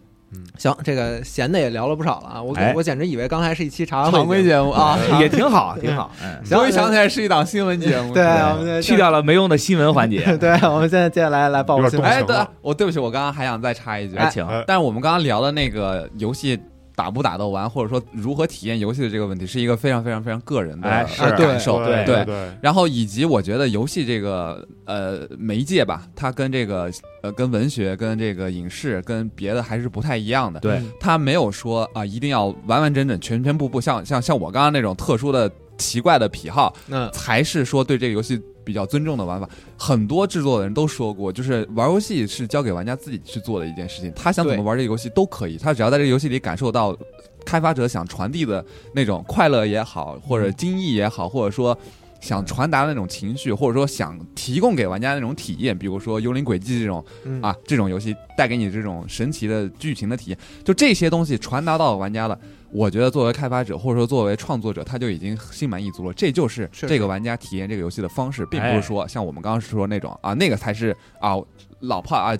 行，这个闲的也聊了不少了啊，我
哎
我简直以为刚才是一期茶会
常规
节
节目啊，
呃也挺好，挺好。嗯，
目，行，
终于想起来是一档新闻节目。
对，
是
我们现在
去掉了没用的新闻环 节，
对，我们现在接下来来报个新
有
闻
点
哎，
行
对
了，
我对不起，我刚刚还想再插一句，
还行。
哎
但是我们刚刚聊的那个游戏打不打得完，或者说如何体验游戏的这个问题，是一个非常非常非常个人的
哎是
感受，
哦
对
对。
对，
然后以及我觉得游戏这个呃媒介吧，它跟这个呃跟文学、跟这个影视、跟别的还是不太一样的。
对，
它没有说啊、一定要完完整整、全全部部，像像像我刚刚那种特殊的奇怪的癖好，
嗯，
才是说对这个游戏比较尊重的玩法。很多制作的人都说过，就是玩游戏是交给玩家自己去做的一件事情，他想怎么
对
玩这个游戏都可以，他只要在这个游戏里感受到开发者想传递的那种快乐也好，或者惊异也好，或者说。想传达的那种情绪，或者说想提供给玩家那种体验，比如说《幽灵轨迹》这种
嗯，
啊，这种游戏带给你这种神奇的剧情的体验，就这些东西传达到玩家了，我觉得作为开发者或者说作为创作者，他就已经心满意足了。这就是
确实
这个玩家体验这个游戏的方式，并不
哎
是说像我们刚刚说那种啊，那个才是啊，老炮啊，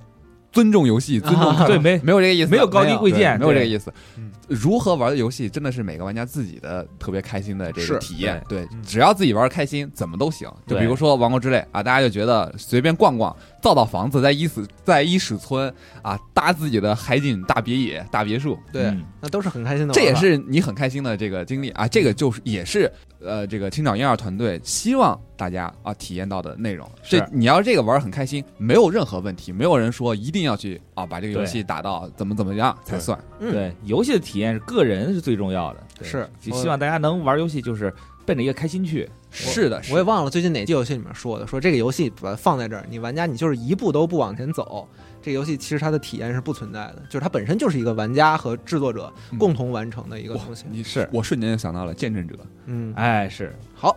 尊重游戏，尊 重
啊
对，没
没有这个意思，
没有高低贵
对
贱
没有这
对
个意思
嗯。
如何玩游戏，真的是每个玩家自己的特别开心的这
是
个体验。对
嗯，
只要自己玩开心，怎么都行。就
对
比如说《王国之泪》啊，大家就觉得随便逛逛，造造房子，在伊死在伊始村啊搭自己的海景大别野、大别墅，
对
嗯，
那都是很开心的玩法，
这也是你很开心的这个经历啊。这个就是也是呃，这个青鸟婴儿团队希望大家啊体验到的内容。
是
这你要这个玩儿很开心，没有任何问题，没有人说一定要去啊把这个游
对
戏打到怎么怎么样才
对
算。
嗯
对，游戏的体验是个人是最重要的，对
是
就希望大家能玩游戏就是奔着一个开心去，
是的，是
我也
的
忘了最近哪期游戏里面说的，说这个游戏把它放在这儿，你玩家你就是一步都不往前走，这个游戏其实它的体验是不存在的，就是它本身就是一个玩家和制作者
嗯
共同完成的一个
哇
东西。
你
是
我瞬间就想到了见证者，
嗯，
哎，是
好，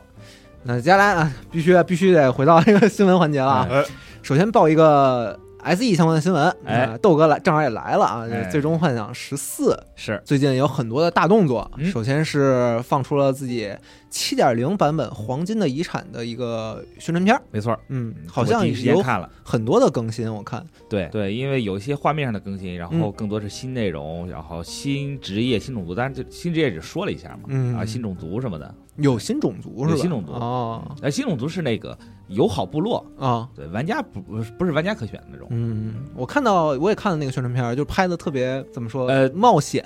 那接下来啊，必须必须得回到这个新闻环节了啊。
哎，
首先报一个 S E 相关的新闻，
哎
啊，豆哥来正好也来了啊，这
哎
最终幻想十四》
是，
最近有很多的大动作，
嗯
首先是放出了自己七点零版本《黄金的遗产》的一个宣传片儿，
没错儿，
嗯
嗯，
好
我
像
第一时间
有
看了，
很多的更新，我看，
对对，因为有一些画面上的更新，然后
嗯
更多是新内容，然后新职业、新种族，当然这新职业只说了一下嘛，
嗯
啊，新种族什么的，
有新种族是吧？
有新种族
哦
呃，新种族是那个友好部落，
啊，
对，玩家不不是不是玩家可选的那种，
嗯，我看到我也看了那个宣传片儿，就拍的特别怎么说？
呃
冒险，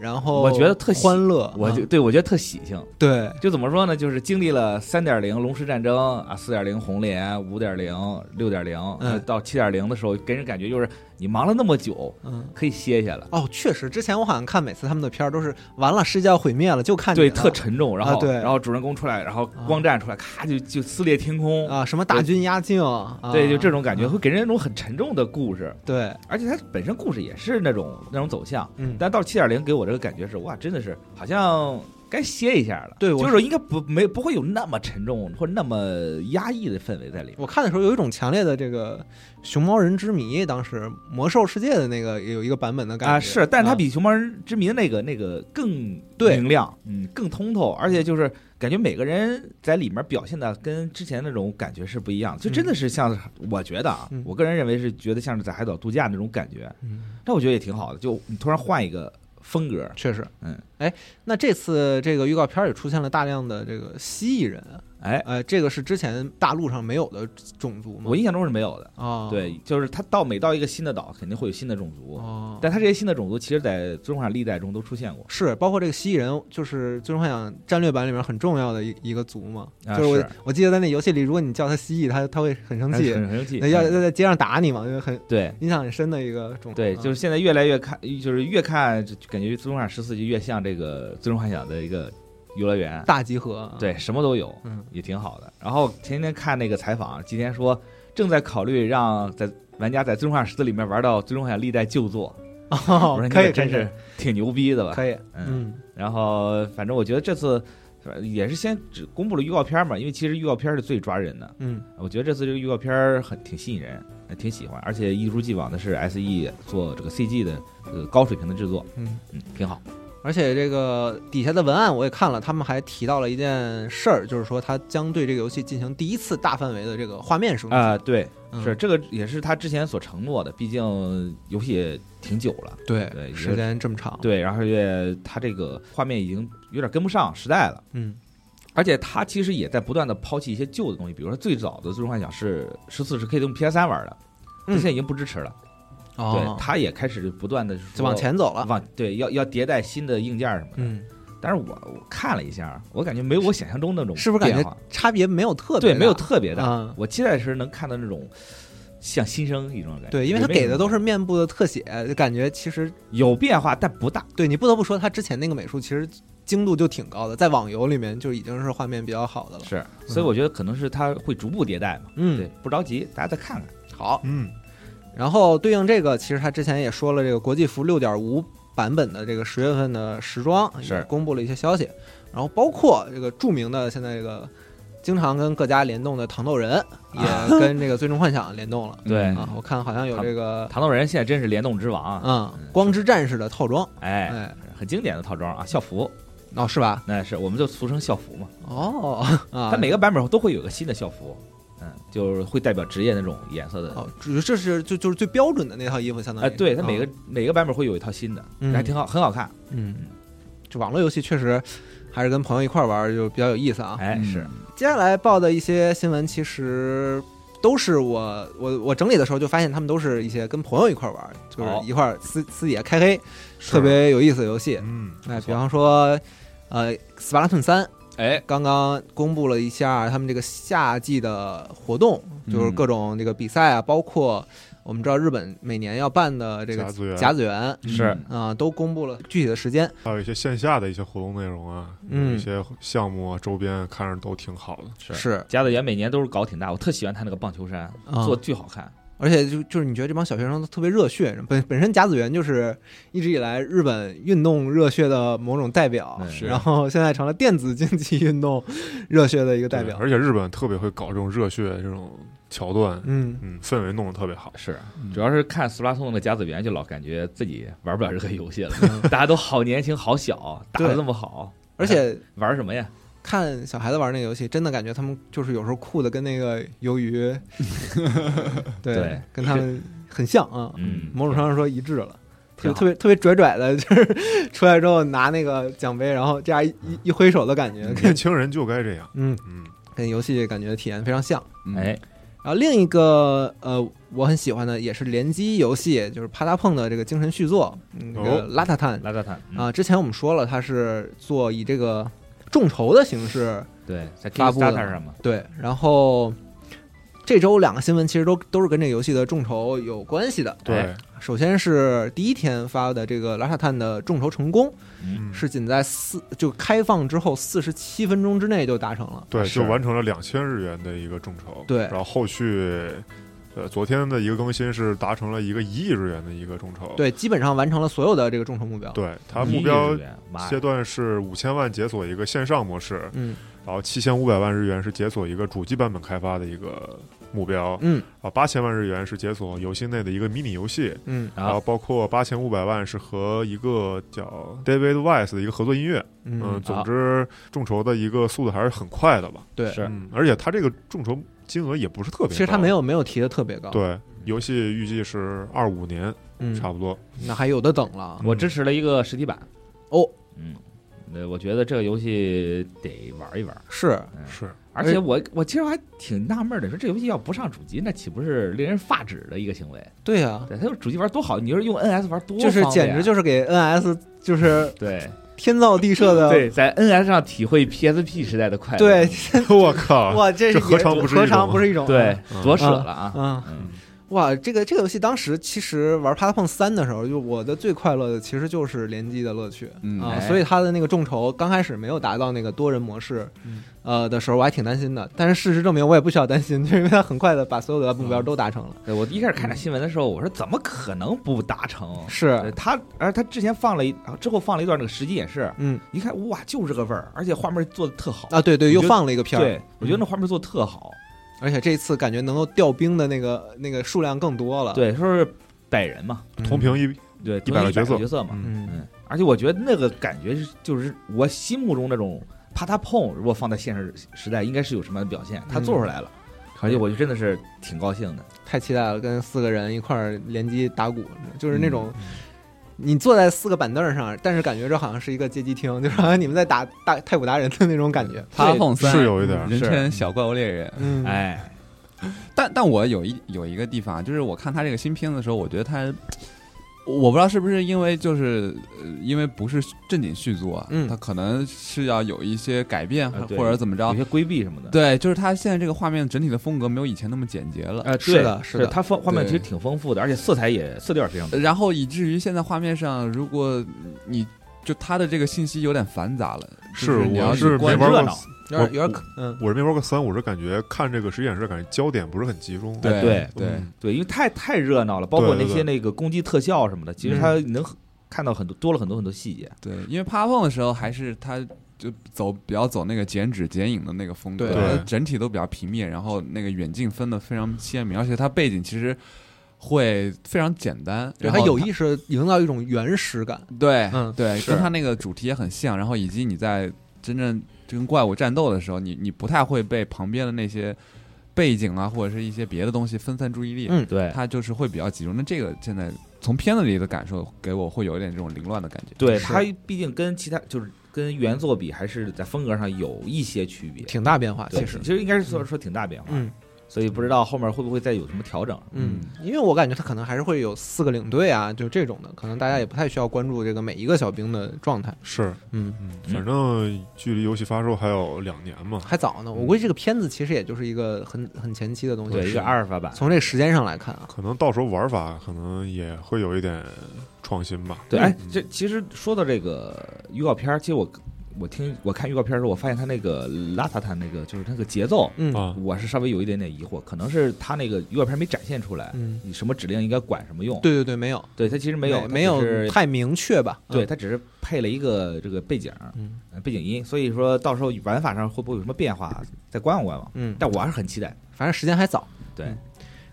然后
我觉得特喜
欢乐，
我就
啊
对我觉得特喜庆，
对，
就怎么说呢？就是经历了三点零龙狮战争啊，四点零红莲，五点零、六点
嗯
零，到七点零的时候，给人感觉就是你忙了那么久，
嗯。
可以歇一下了。
哦，确实，之前我好像看每次他们的片儿都是完了，世界要毁灭了，就啊看你
对，
了
特沉重，然后、
啊对
然后主人公出来，然后光战出来，咔就就撕裂天空，
啊，什么大军压境，啊
对，就这种感觉
啊
会给人一种很沉重的故事，
对，
而且它本身故事也是那种那种走向，
嗯，
但到七点零给我这个感觉是，哇，真的是好像该歇一下了，
对我
就是应该不没不会有那么沉重或者那么压抑的氛围在里面。
我看的时候有一种强烈的这个《熊猫人之谜》，当时魔兽世界的那个也有一个版本的感觉
啊，是，但是它
啊
比《熊猫人之谜》的那个那个更
对
明亮，嗯，更通透，而且就是感觉每个人在里面表现的跟之前那种感觉是不一样的，就真的是像是、我觉得啊
嗯，
我个人认为是觉得像是在海岛度假那种感觉，
嗯
但我觉得也挺好的，就你突然换一个风格，
确实，
嗯，
哎，那这次这个预告片儿也出现了大量的这个蜥蜴人，
哎，
呃，这个是之前大陆上没有的种族吗？
我印象中是没有的，
啊，
对，就是它到每到一个新的岛，肯定会有新的种族，
哦，
但它这些新的种族其实在尊化历代中都出现过，
是包括这个蜥蜴人，就是《最终幻想战略版》里面很重要的一一个族嘛，
啊
就是我
是
我记得在那游戏里，如果你叫他蜥蜴，他他会很生
很
气，
很生气，
那要
嗯
要在街上打你嘛，就很
对。
印象很深的一个种族。
对，
啊
就是现在越来越看，就是越看就感觉《最终幻想十四》就越像这个《最终幻想》的一个游乐园，
大集合啊，
对，什么都有，
嗯，
也挺好的。然后前几天看那个采访，今天说正在考虑让在玩家在《最终幻想十四》里面玩到《最终幻想历代旧作》我
哦
说，你
可以，
可真
可以
是挺牛逼的吧？
可以，
嗯，
嗯
然后反正我觉得这次呃也是先只公布了预告片嘛，因为其实预告片是最抓人的。
嗯
我觉得这次这个预告片很挺吸引人，呃挺喜欢，而且一如既往的是 S E 做这个 C G 的呃高水平的制作，
嗯。
嗯，挺好。
而且这个底下的文案我也看了，他们还提到了一件事儿，就是说他将对这个游戏进行第一次大范围的这个画面升级
啊、对，
嗯
是这个也是他之前所承诺的，毕竟游戏也挺久了，
对
对也
时间这么长，，
对，然后也他这个画面已经有点跟不上时代了，
嗯
而且他其实也在不断的抛弃一些旧的东西，比如说最早的《最终幻想》是十四是可以用 PS 三玩的，
嗯
它现在已经不支持了，对，
哦，
他也开始不断的
就往前走了，
往对要要迭代新的硬件什么的，
嗯，
但是我我看了一下，我感觉没有我想象中那种
是不是感
变化
觉差别没有特别
对
大
没有特别大，
啊？
我期待是能看到那种像新生一种感觉，
对，因为他
也没
给的都
有
是面部的特写，就感觉其实
有变化，但不大。
对你不得不说，他之前那个美术其实精度就挺高的，在网游里面就已经是画面比较好的了。
是，所以我觉得可能是它会逐步迭代嘛。对
嗯，，
不着急，大家再看看。
好。
嗯，
然后对应这个，其实他之前也说了，这个国际服六点五版本的这个十月份的时装
是
也公布了一些消息，然后包括这个著名的现在这个经常跟各家联动的糖豆人， 也跟这个最终幻想联动了
对
啊。我看好像有这个
糖豆嗯人现在真是联动之王啊！
嗯光之战士的套装，
哎，
哎，
很经典的套装啊，校服，
哦是吧？
那是我们就俗称校服嘛。
哦啊，
它每个版本都会有个新的校服，嗯，就是会代表职业那种颜色的。
哦，主这是就就是最标准的那套衣服，相当于
哎，对，它每个
啊
每个版本会有一套新的，
嗯
还挺好，很好看。
嗯，这网络游戏确实还是跟朋友一块儿玩儿就比较有意思啊。
哎，是，
接下来报的一些新闻，其实都是我我我整理的时候就发现，他们都是一些跟朋友一块玩儿，就是
好
一块儿私私野开黑，
是
特别有意思的游戏。
嗯
哎，
错
比方说，呃，《斯巴达顿三》
哎，
刚刚公布了一下他们这个夏季的活动，
嗯
就是各种这个比赛啊，包括我们知道日本每年要办的这个
甲子园
甲子园啊、
是
都公布了具体的时间。
还有一些线下的一些活动内容啊，
嗯
有一些项目啊，周边看着都挺好的。
是
是
甲子园每年都是搞挺大，我特喜欢它那个棒球衫，
嗯
啊
做巨好看。
而且就就是你觉得这帮小学生都特别热血，本本身甲子园就是一直以来日本运动热血的某种代表
嗯，
是
然后现在成了电子竞技运动热血的一个代
对
表。
而且日本特别会搞这种热血这种桥段，
嗯，
嗯，氛围弄得特别好。
是，主要是看斯拉通的甲子园，就老感觉自己玩不了这个游戏了。 大家都好年轻，好小，打的
对
那么好，
嗯
哎
而且
玩什么呀？
看小孩子玩那个游戏，真的感觉他们就是有时候酷的跟那个鱿 鱼，对，
对
跟他们很像啊，
嗯
某种程度上说一致了。
挺
特
好
特别特别拽拽的， 就是出来之后拿那个奖杯，然后这样一一一挥手的感
嗯
觉，
年轻人就该这样，
嗯，
嗯，
跟游戏感觉体验非常像。
嗯
哎，
然后另一个呃，我很喜欢的也是联机游戏，就是啪嗒碰的这个精神续作，嗯，那个
哦
拉塔坦
拉扎坦
啊，，之前我们说了，它是做以这个众筹的形式
嗯对，在
发布的
Kickstarter 上嘛，
对，然后这周两个新闻其实都都是跟这个游戏的众筹有关系的。
对，
首先是第一天发的这个拉塔坦的众筹成功，
嗯，
嗯，
是仅在四就开放之后四十七分钟之内就达成了。
对，
是
就完成了两千日元的一个众筹。
对
然后后续，呃，昨天的一个更新是达成了一个一亿日元的一个众筹。，
对，基本上完成了所有的这个众筹目标。，
对，它
一
目
亿
标
日元妈
阶
呀，
段是五千万解锁一个线上模式，
嗯
然后七千五百万日元是解锁一个主机版本开发的一个目标，
嗯
啊，八千万日元是解锁游戏内的一个迷你游戏，
嗯
啊
然后包括八千五百万是和一个叫 David Wise 的一个合作音乐，嗯，
嗯，
总之众筹的一个速度还是很快的吧，
对。
是
嗯，而且它这个众筹金额也不是特别高，
其实它没有没有提的特别高，，
对。游戏预计是二五年，
嗯，
差不多。
那还有的等了
我支持了一个实体版，
哦，
嗯，呃，我觉得这个游戏得玩一玩， 嗯
是，哎
是，
而且我我其实还挺纳闷的，说这游戏要不上主机，那岂不是令人发指的一个行为？
对呀，
对，它用主机玩多好，你说用 NS 玩多
啊就是
方便
简
啊
直就是给 NS 就是
对
天造地设的，
对，在 NS 上体会 PSP 时代的快乐，
对，
我靠！
哇，这是
这何尝
也
不是一
何
种
尝不是一种
对，
嗯
多舍了啊！
啊？
嗯，
哇，这个这个游戏当时其实玩《p a t p o n 三》的时候，就我的最快乐的其实就是联机的乐趣
嗯
啊，
哎
所以它的那个众筹刚开始没有达到那个多人模式，
嗯
呃的时候，我还挺担心的。但是事实证明，我也不需要担心， 就是因为它很快的把所有的目
嗯
标都达成了。
对我一开始看这新闻的时候，我说怎么可能不达成？对
嗯是，
他，而他之前放了一，啊之后放了一段那个实际演示，
嗯
一看哇，就是这个味儿，而且画面做的特好。
啊，对对，
我觉
又
得
放了一个片儿，
对，我觉得那画面做的特好。
而且这一次感觉能够调兵的那个那个数量更多了。，
对，说是百人嘛，
嗯
同屏一
啊对，
100个
角
角色
角色嘛，
嗯
嗯，
嗯，而且我觉得那个感觉是，就是我心目中那种啪嗒碰，如果放在现实时代，应该是有什么样的表现？他做出来了，而且我就真的是挺高兴的。
太期待了，跟四个人一块儿联机打鼓，就是那种。你坐在四个板凳上，但是感觉这好像是一个街机厅，就是好像你们在打大太鼓达人的那种感觉。
他放三
是有一点儿
人
是
称小怪物猎人，
嗯，
哎，
但但我有一有一个地方，啊就是我看他这个新片子的时候，我觉得他，我不知道是不是因为就是、呃因为不是正经续作，啊
嗯
他可能是要有一些改变、
啊对
或者怎么着
有，些规避什么的。
对，就是他现在这个画面整体的风格没有以前那么简洁了。
啊，
是
对
的是
是
的
它画画面
对
其实挺丰富的，而且色彩也色调也非常多。
然后以至于现在画面上，如果你就他的这个信息有点繁杂了，就是你要
我
去
是没
关
玩过
热闹，
有点
我
有点可，嗯，
我是没玩过三，我是感觉看这个实验室，感觉焦点不是很集中。
对
对
嗯
对
呃对，因为太太热闹了，包括
对对
那些那个攻击特效什么的，其实它能很看到很多多了很多很多细节。
对，因为趴碰的时候还是他就走比较走那个剪纸剪影的那个风格，
对
它
对
整体都比较平面，然后那个远近分的非常鲜明，而且它背景其实会非常简单，
对
然
他
后
有意识营造一种原始感。
对、
嗯
对，
是
跟它那个主题也很像，然后以及你在真正跟怪物战斗的时候，你你不太会被旁边的那些背景啊或者是一些别的东西分散注意力，
嗯
对
它就是会比较集中。那这个现在从片子里的感受给我会有一点这种凌乱的感觉，
对，
是
它毕竟跟其他就是跟原作比，还是在风格上有一些区别。
挺大变化，
对
其实
其，实应该是说说挺大变化，
嗯
所以不知道后面会不会再有什么调整。
嗯，因为我感觉他可能还是会有四个领队啊，就这种的，可能大家也不太需要关注这个每一个小兵的状态，
是，
嗯，
嗯，反正距离游戏发售还有两年嘛。
还早呢。我估计这个片子其实也就是一个很很前期的东西，
对，一个阿尔法版，
从这个时间上来看啊，
可能到时候玩法可能也会有一点创新吧。
嗯
对，哎，这其实说到这个预告片儿，其实我我听我看预告片儿的时候，我发现他那个拉塔塔那个就是那个节奏，
嗯
啊，
我是稍微有一点点疑惑，可能是他那个预告片没展现出来，
嗯，
你什么指令应该管什么用。
对对对，没有
对，他其实没有，
没
它只
有
是
太明确吧？
对
嗯，
他只是配了一个这个背景，
嗯
呃背景音，所以说到时候玩法上会不会有什么变化，再观望观望。
嗯，
但我还是很期待。
反正时间还早。
对
嗯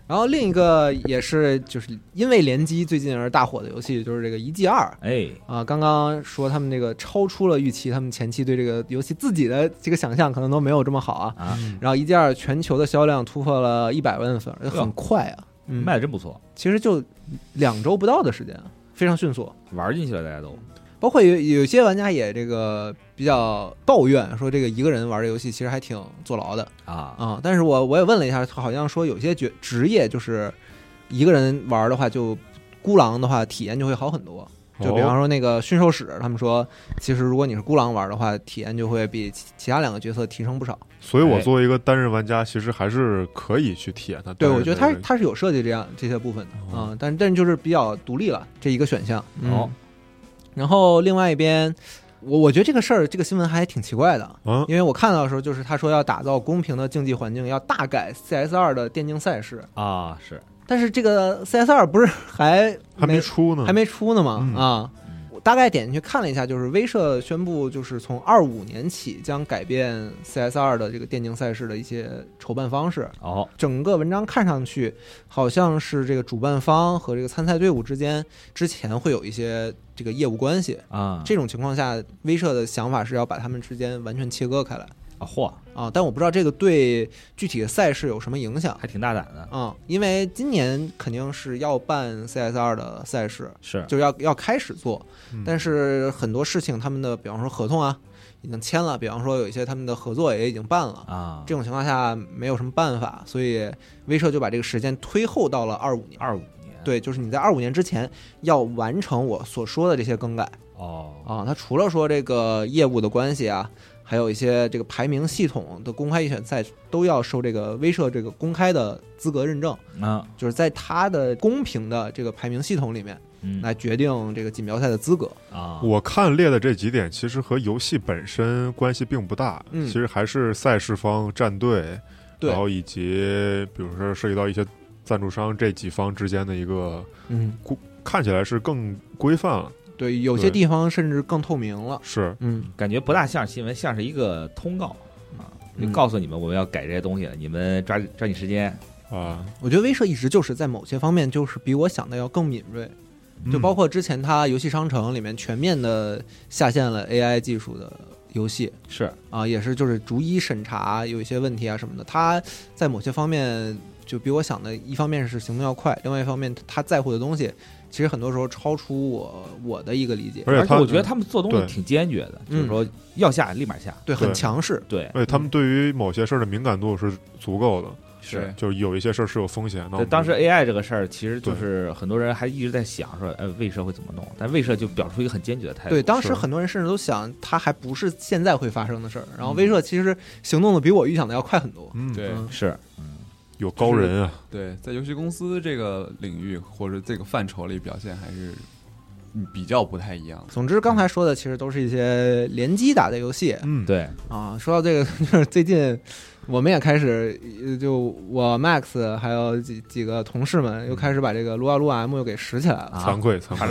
然后另一个也是就是因为联机最近而大火的游戏，就是这个《一季二》。
哎，
啊，刚刚说他们这个超出了预期，他们前期对这个游戏自己的这个想象可能都没有这么好啊。
啊，
然后《一加二》全球的销量突破了一百万份，
哟
很快啊，嗯
卖的真不错，
其实就两周不到的时间啊，非常迅速。
玩进去了，大家都
包括有有些玩家也这个比较抱怨说，这个一个人玩这游戏其实还挺坐牢的
啊，
啊。但是我我也问了一下，好像说有些职职业就是一个人玩的话，就孤狼的话体验就会好很多。就比方
哦
说那个驯兽使，他们说，其实如果你是孤狼玩的话，体验就会比其其他两个角色提升不少。
所以我
哎
作为一个单人玩家，其实还是可以去体验它
对，
单人
我
的
觉
这
得
个。
它它是有设计这样这些部分的
哦
啊、但但是就是比较独立了这一个选项。嗯
哦，
然后另外一边，我我觉得这个事儿这个新闻还挺奇怪的，
啊，
因为我看到的时候就是他说要打造公平的竞技环境，要大改 CS 二的电竞赛事，
啊是，
但是这个 CS 二不是 还
还
没
没出呢，
还没出呢嘛、
嗯
啊。我大概点进去看了一下，就是威社宣布，就是从二五年起将改变 CS 二的这个电竞赛事的一些筹办方式。
哦，
整个文章看上去好像是这个主办方和这个参赛队伍之间之前会有一些这个业务关系。
啊，
这种情况下，威社的想法是要把他们之间完全切割开来
啊嚯，
啊，但我不知道这个对具体的赛事有什么影响
还挺大胆的，
啊，因为今年肯定是要办 CS 二的赛事，
是
就要要开始做，
嗯
但是很多事情他们的，比方说合同啊，已经签了，比方说有一些他们的合作也已经办了，
啊，
这种情况下没有什么办法，所以威社就把这个时间推后到了二五年。
二五年，
对，就是你在二五年之前要完成我所说的这些更改
哦，
啊。它除了说这个业务的关系啊，还有一些这个排名系统的公开预选赛都要受这个威社这个公开的资格认证，
啊，
就是在它的公平的这个排名系统里面
嗯
来决定这个锦标赛的资格。
啊，
我看列的这几点其实和游戏本身关系并不大，
嗯
其实还是赛事方、战队，
对
然后以及比如说涉及到一些赞助商这几方之间的一个，
嗯，
看起来是更规范了，
对，有些
对
地方甚至更透明了。
是
嗯，
感觉不大像是新闻，像是一个通告啊，就
嗯
告诉你们我们要改这些东西了，你们抓抓紧时间。
啊，
我觉得威社一直就是在某些方面就是比我想的要更敏锐，就
嗯
包括之前它游戏商城里面全面的下线了 AI 技术的游戏，
是，
啊，也是就是逐一审查有一些问题啊什么的。他在某些方面就比我想的，一方面是行动要快，另外一方面他在乎的东西，其实很多时候超出我我的一个理解，
而且
且
他
我觉得他们做东西
对
挺坚决的，就是
嗯
说要下立马下。
对，很
对
强势，
对，
而且
嗯
他们对于某些事儿的敏感度是足够的，
是
就是有一些事儿是有风险的。那我
对，
们
当时 AI 这个事儿，其实就是很多人还一直在想说，呃，卫社会怎么弄？但卫社就表出一个很坚决的态度。
对，当
是
时很多人甚至都想，它还不是现在会发生的事儿。然后威社其实行动的比我预想的要快很多，
嗯，
对
嗯
是，
有高人啊，
对，在游戏公司这个领域或者这个范畴里表现还是嗯比较不太一样的。
总之，刚才说的其实都是一些联机打的游戏
嗯，
对，
啊。说到这个， 就是最近我们也开始，呃就我 Max 还有几几个同事们又开始把这个撸啊撸啊 M 又给拾起来了啊。
惭愧惭愧，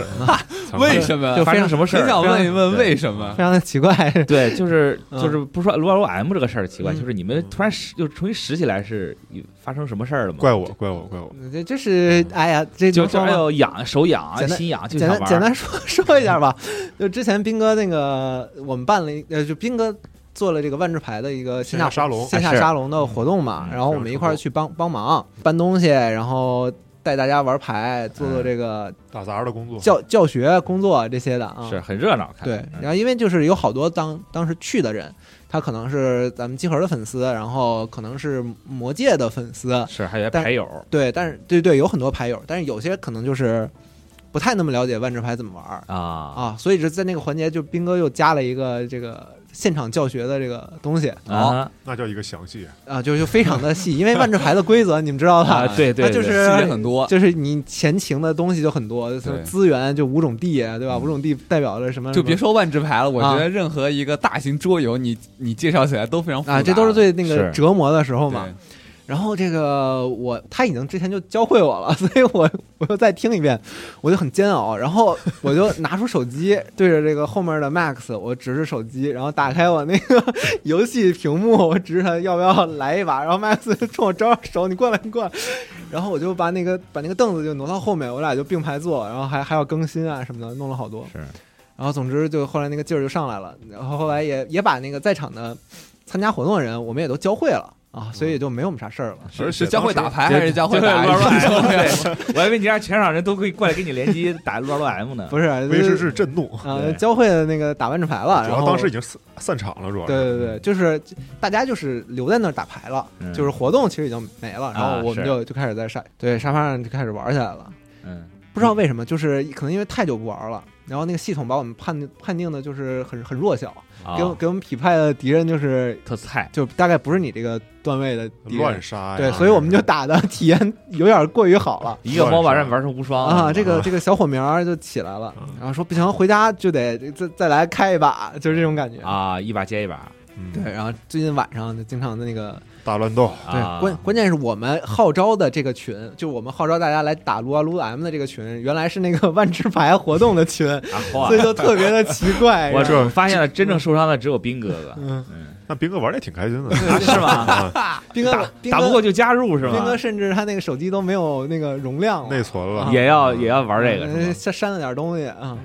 惭
为
愧，
什么？
就
呃发生什么事
很
儿？
想问一问
对
为什么？
非常的奇怪。
对，就是
嗯
就是不说撸啊撸 M 这个事儿奇怪，
嗯
就是你们突然拾又重新拾起来是有发生什么事儿了吗？
怪我怪我怪我，
这这是哎呀，这
就
能
就
说
哎
吗？
呦痒手痒啊
简单
心痒就
简
想
单
玩儿。
简单说 说一下吧，就之前斌哥那个，我们办了一呃，就斌哥做了这个万智牌的一个线下
线下沙龙
线下
哎是
沙龙的活动嘛，
嗯
然后我们一块儿去帮帮忙搬东西，然后带大家玩牌，做做这个
打杂的工作，
教教学工作这些的啊。
是很热闹，看
对
着，嗯
然后因为就是有好多当当时去的人，他可能是咱们集合的粉丝，然后可能是魔界的粉丝，
是还有
但
牌友，
对，但是对对，有很多牌友，但是有些可能就是不太那么了解万智牌怎么玩儿
啊
啊，所以是在那个环节，就斌哥又加了一个这个现场教学的这个东西
啊
那叫一个详细，
啊，就就非常的细，因为万智牌的规则你们知道
啊
的，！
对对，
它就
对
是
细节很多，
就是你前情的东西就很多，就是
啊对
资源就五种地，对吧？
嗯
五种地代表着什么？
就别
什
说万智牌了，我
啊
觉得任何一个大型桌游，你你介绍起来都非常复
么
杂
啊，这都是最那个
是
折磨的时候
对
嘛。然后这个我他已经之前就教会我了，所 以我我又再听一遍，我就很煎熬。然后我就拿出手机对着这个后面的 Max，我指着手机，然后打开我那个游戏屏幕，我指着他要不要来一把。然后 Max 冲我招招手，你过来，你过来。然后我就把那个把那个凳子就挪到后面，我俩就并排坐，然后还还要更新啊什么的，弄了好多。
是
然后总之就后来那个劲儿就上来了，然后后来也也把那个在场的参加活动的人，我们也都教会了啊，所以也就没有什么啥事儿了。
而且
是教会打牌
对
还是教会
对
打
撸啊撸 M，
对
对，我还以为你让全场人都可以过来跟你联机打撸啊撸 M 呢。
不是
威士是震怒，
啊
对，
教会了那个打万智牌了，然
主要
后
当时已经嗯散散场了，主要是
对对对，就是大家就是留在那儿打牌了，
嗯
就是活动其实已经没了，
啊
然后我
是
们就就开始在沙对沙发上就开始玩起来了。
嗯，
不知道为什么，就是可能因为太久不玩了，然后那个系统把我们判判定的就是很很弱小，
啊
给我给我们匹配的敌人就是
特菜，
就大概不是你这个段位的敌人
乱杀呀，
对，所以我们就打的体验有点过于好了。
一个
乱
MOBA
杀
让你玩成无双
啊，这
个
个这个小火苗儿就起来了
啊
嗯，
然后说不行，回家就得再再来开一把，就是这种感觉。
啊，一把接一把
嗯
对，然后最近晚上就经常的那个，
大乱斗，
对，
啊，
关关键是我们号召的这个群，就我们号召大家来打撸啊撸 M 的这个群，原来是那个 万智牌活动的群，
啊，哇
所以就特别的奇怪。
我
然后
我发现了真正受伤的只有兵哥哥，
嗯，
嗯，
那兵哥玩的也挺开心的，
是吗？
啊
斌哥
打
斌
打
哥
不过就加入是
斌
吗
哥，？甚至他那个手机都没有那个容量了，
内存了，
啊也要也要玩这个是嗯
嗯
吗？
删删了点东西啊，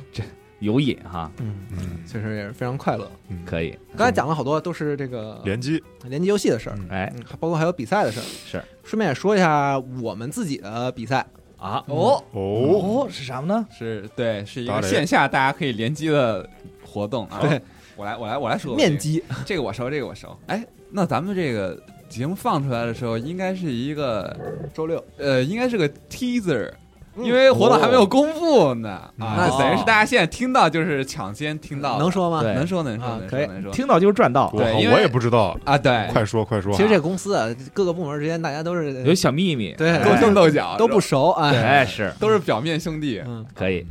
有瘾哈，
嗯，
嗯，
确实也是非常快乐。
嗯
可以，
刚才讲了好多都是这个
联机，
联机游戏的事儿，
嗯
哎
嗯，包括还有比赛的事儿。
是
顺便也说一下我们自己的比赛，
啊，
哦，
哦，
是什么呢？
是对，是一
打
个
雷
线下大家可以联机的活动啊。
对，
我来我来我来说
嗯面基
这个我熟，这个我熟。哎，那咱们这个节目放出来的时候，应该是一个
周六
呃，应该是个 teaser，因为活动还没有公布呢，啊，
那
等于是大家现在听到就是抢先听到的，
能说吗？
对
能说能
啊
说能
可以
说能说
听到就是赚到
我。
对因为
我也不知道，
啊，对，
快说快说啊。
其实这公司啊，各个部门之间大家都是
有小秘密，
对
勾心斗角
都不
是
熟啊。哎
哎是
吧都是表面兄弟。
嗯，
可以，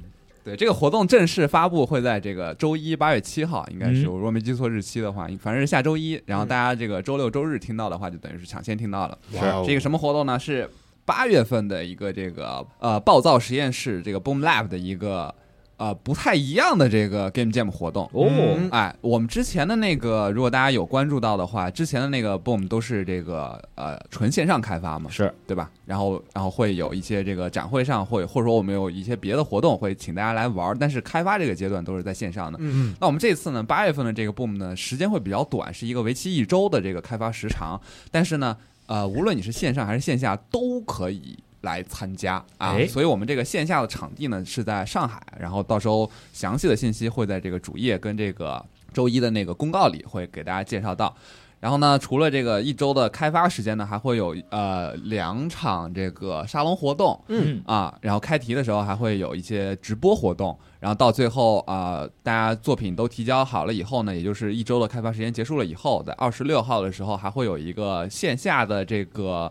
对，这个活动正式发布会在这个周一八月七号，应该是我如果没记错日期的话，反正是下周一。然后大家这个周六周日听到的话，就等于是抢先听到了。
哇哦
是一个什么活动呢？是八月份的一个这个呃暴躁实验室这个 Boom Lab 的一个呃不太一样的这个 Game Jam 活动。
哦
嗯
哎，我们之前的那个，如果大家有关注到的话，之前的那个 Boom 都是这个呃纯线上开发嘛，
是
对吧？然后然后会有一些这个展会上会，或者说我们有一些别的活动会请大家来玩儿，但是开发这个阶段都是在线上的。
嗯，
那我们这次呢，八月份的这个 Boom 呢，时间会比较短，是一个为期一周的这个开发时长，但是呢，呃，无论你是线上还是线下都可以。来参加啊！
哎
所以我们这个线下的场地呢是在上海，然后到时候详细的信息会在这个主页跟这个周一的那个公告里会给大家介绍到。然后呢，除了这个一周的开发时间呢，还会有呃两场这个沙龙活动，
嗯
啊，然后开题的时候还会有一些直播活动，啊然后到最后啊、呃大家作品都提交好了以后呢，也就是一周的开发时间结束了以后，在二十六号的时候还会有一个线下的这个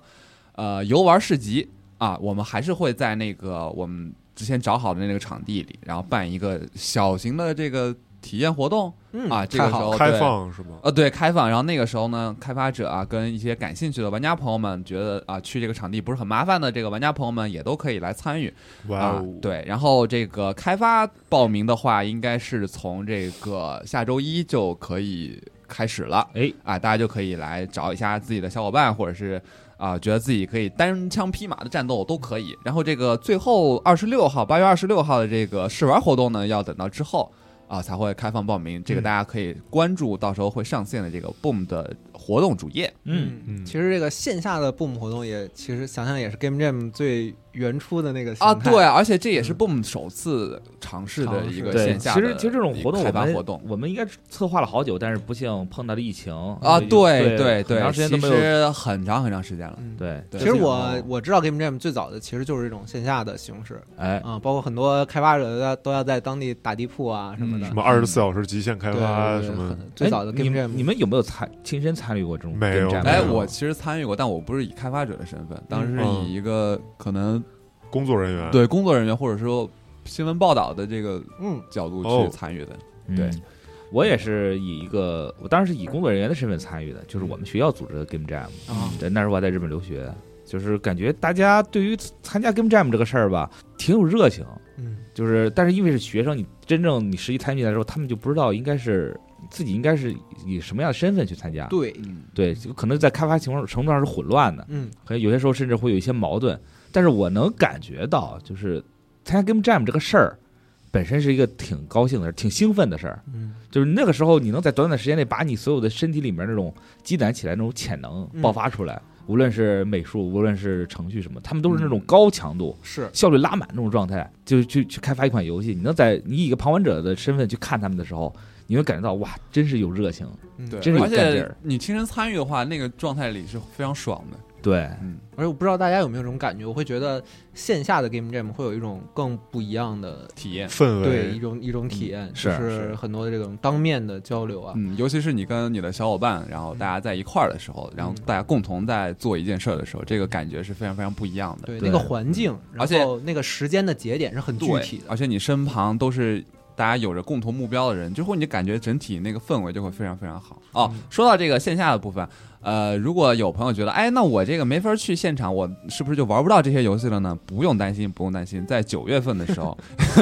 呃游玩市集啊，我们还是会在那个我们之前找好的那个场地里，然后办一个小型的这个体验活动、
嗯
啊，这个
太
时
好
候
开
对
放是吗？
呃，对，开放。然后那个时候呢，开发者啊，跟一些感兴趣的玩家朋友们，觉得啊，去这个场地不是很麻烦的，这个玩家朋友们也都可以来参与
哇
啊
哦，。
对，然后这个开发报名的话，应该是从这个下周一就可以开始了。
哎
啊，大家就可以来找一下自己的小伙伴，或者是啊、觉得自己可以单枪匹马的战斗都可以。然后这个最后二十六号，八月二十六号的这个试玩活动呢，要等到之后啊、才会开放报名。
嗯
这个大家可以关注，到时候会上线的这个 Boom 的活动主页。
嗯，
嗯
其实这个线下的 Boom 活动也，其实想想也是 Game Jam 最原初的那个形
啊，
态
对，，而且这也是
嗯
Boom 首次尝试的一
尝
个
试
对，
线
其
下的
实其实这种活动
开
我
发
们
活动
我们应该策划了好久，但是不幸碰到了疫情
啊，
对
对
很长时间都
其
没有
实很长很长时间了。
嗯。
对，
对哦
其实我我知道 Game Jam 最早的其实就是这种线下的形式
哎
啊，包括很多开发者都要都要在当地打地铺啊什么的
嗯
什。么二十四小时极限开
对
发
对
什
对，
么？
很最早的
哎你
Game Jam，
你们有没有参亲身参与过这种
没有
game jam？
哎，
嗯
我其实参与过，但我不是以开发者的身份，当时是
嗯
以一个可能
工作人
嗯
员
对工作人员或者说新闻报道的这个
嗯
角度
哦
去参与的。
嗯
对
我也是以一个，我当时是以工作人员的身份参与的，就是我们学校组织的 Game Jam。
啊
对，那时候我还在日本留学，就是感觉大家对于参加 Game Jam 这个事儿吧，挺有热情。
嗯
就是，但是因为是学生，你真正你实际参与的时候，他们就不知道应该是自己应该是以什么样的身份去参加。
对
嗯，
对，就可能在开发情况程度上是混乱的，
嗯
可能有些时候甚至会有一些矛盾。但是我能感觉到，就是参加 Game Jam 这个事儿，本身是一个挺高兴的事儿，挺兴奋的事儿。
嗯
就是那个时候，你能在短短的时间内把你所有的身体里面那种积攒起来那种潜能
嗯
爆发出来，无论是美术，无论是程序什么，他们都是那
嗯
种高强度、
是
效率拉满那种状态，就是去去开发一款游戏。你能在你以一个旁观者的身份去看他们的时候，你能感觉到哇，真是有热情。
嗯
对
真是有
而
干劲
且
儿
你亲身参与的话，那个状态里是非常爽的。
对，
嗯，
而且我不知道大家有没有这种感觉，我会觉得线下的 Game Jam 会有一种更不一样的
体验。
氛
对一
围，
种一种体验，
是
就是
是
很多的这种当面的交流啊，
嗯，尤其是你跟你的小伙伴，然后大家在一块儿的时候，然后
嗯
大家共同在做一件事儿的时候，这个感觉是非常非常不一样的。
对嗯
对
那个环境，
而
然
且
后那个时间的节点是很具
对
体的
而，且你身旁都是大家有着共同目标的人，就会你就感觉整体那个氛围就会非常非常好。哦，
嗯
说到这个线下的部分，呃，如果有朋友觉得，哎，那我这个没法去现场，我是不是就玩不到这些游戏了呢？不用担心，不用担心，在九月份的时候，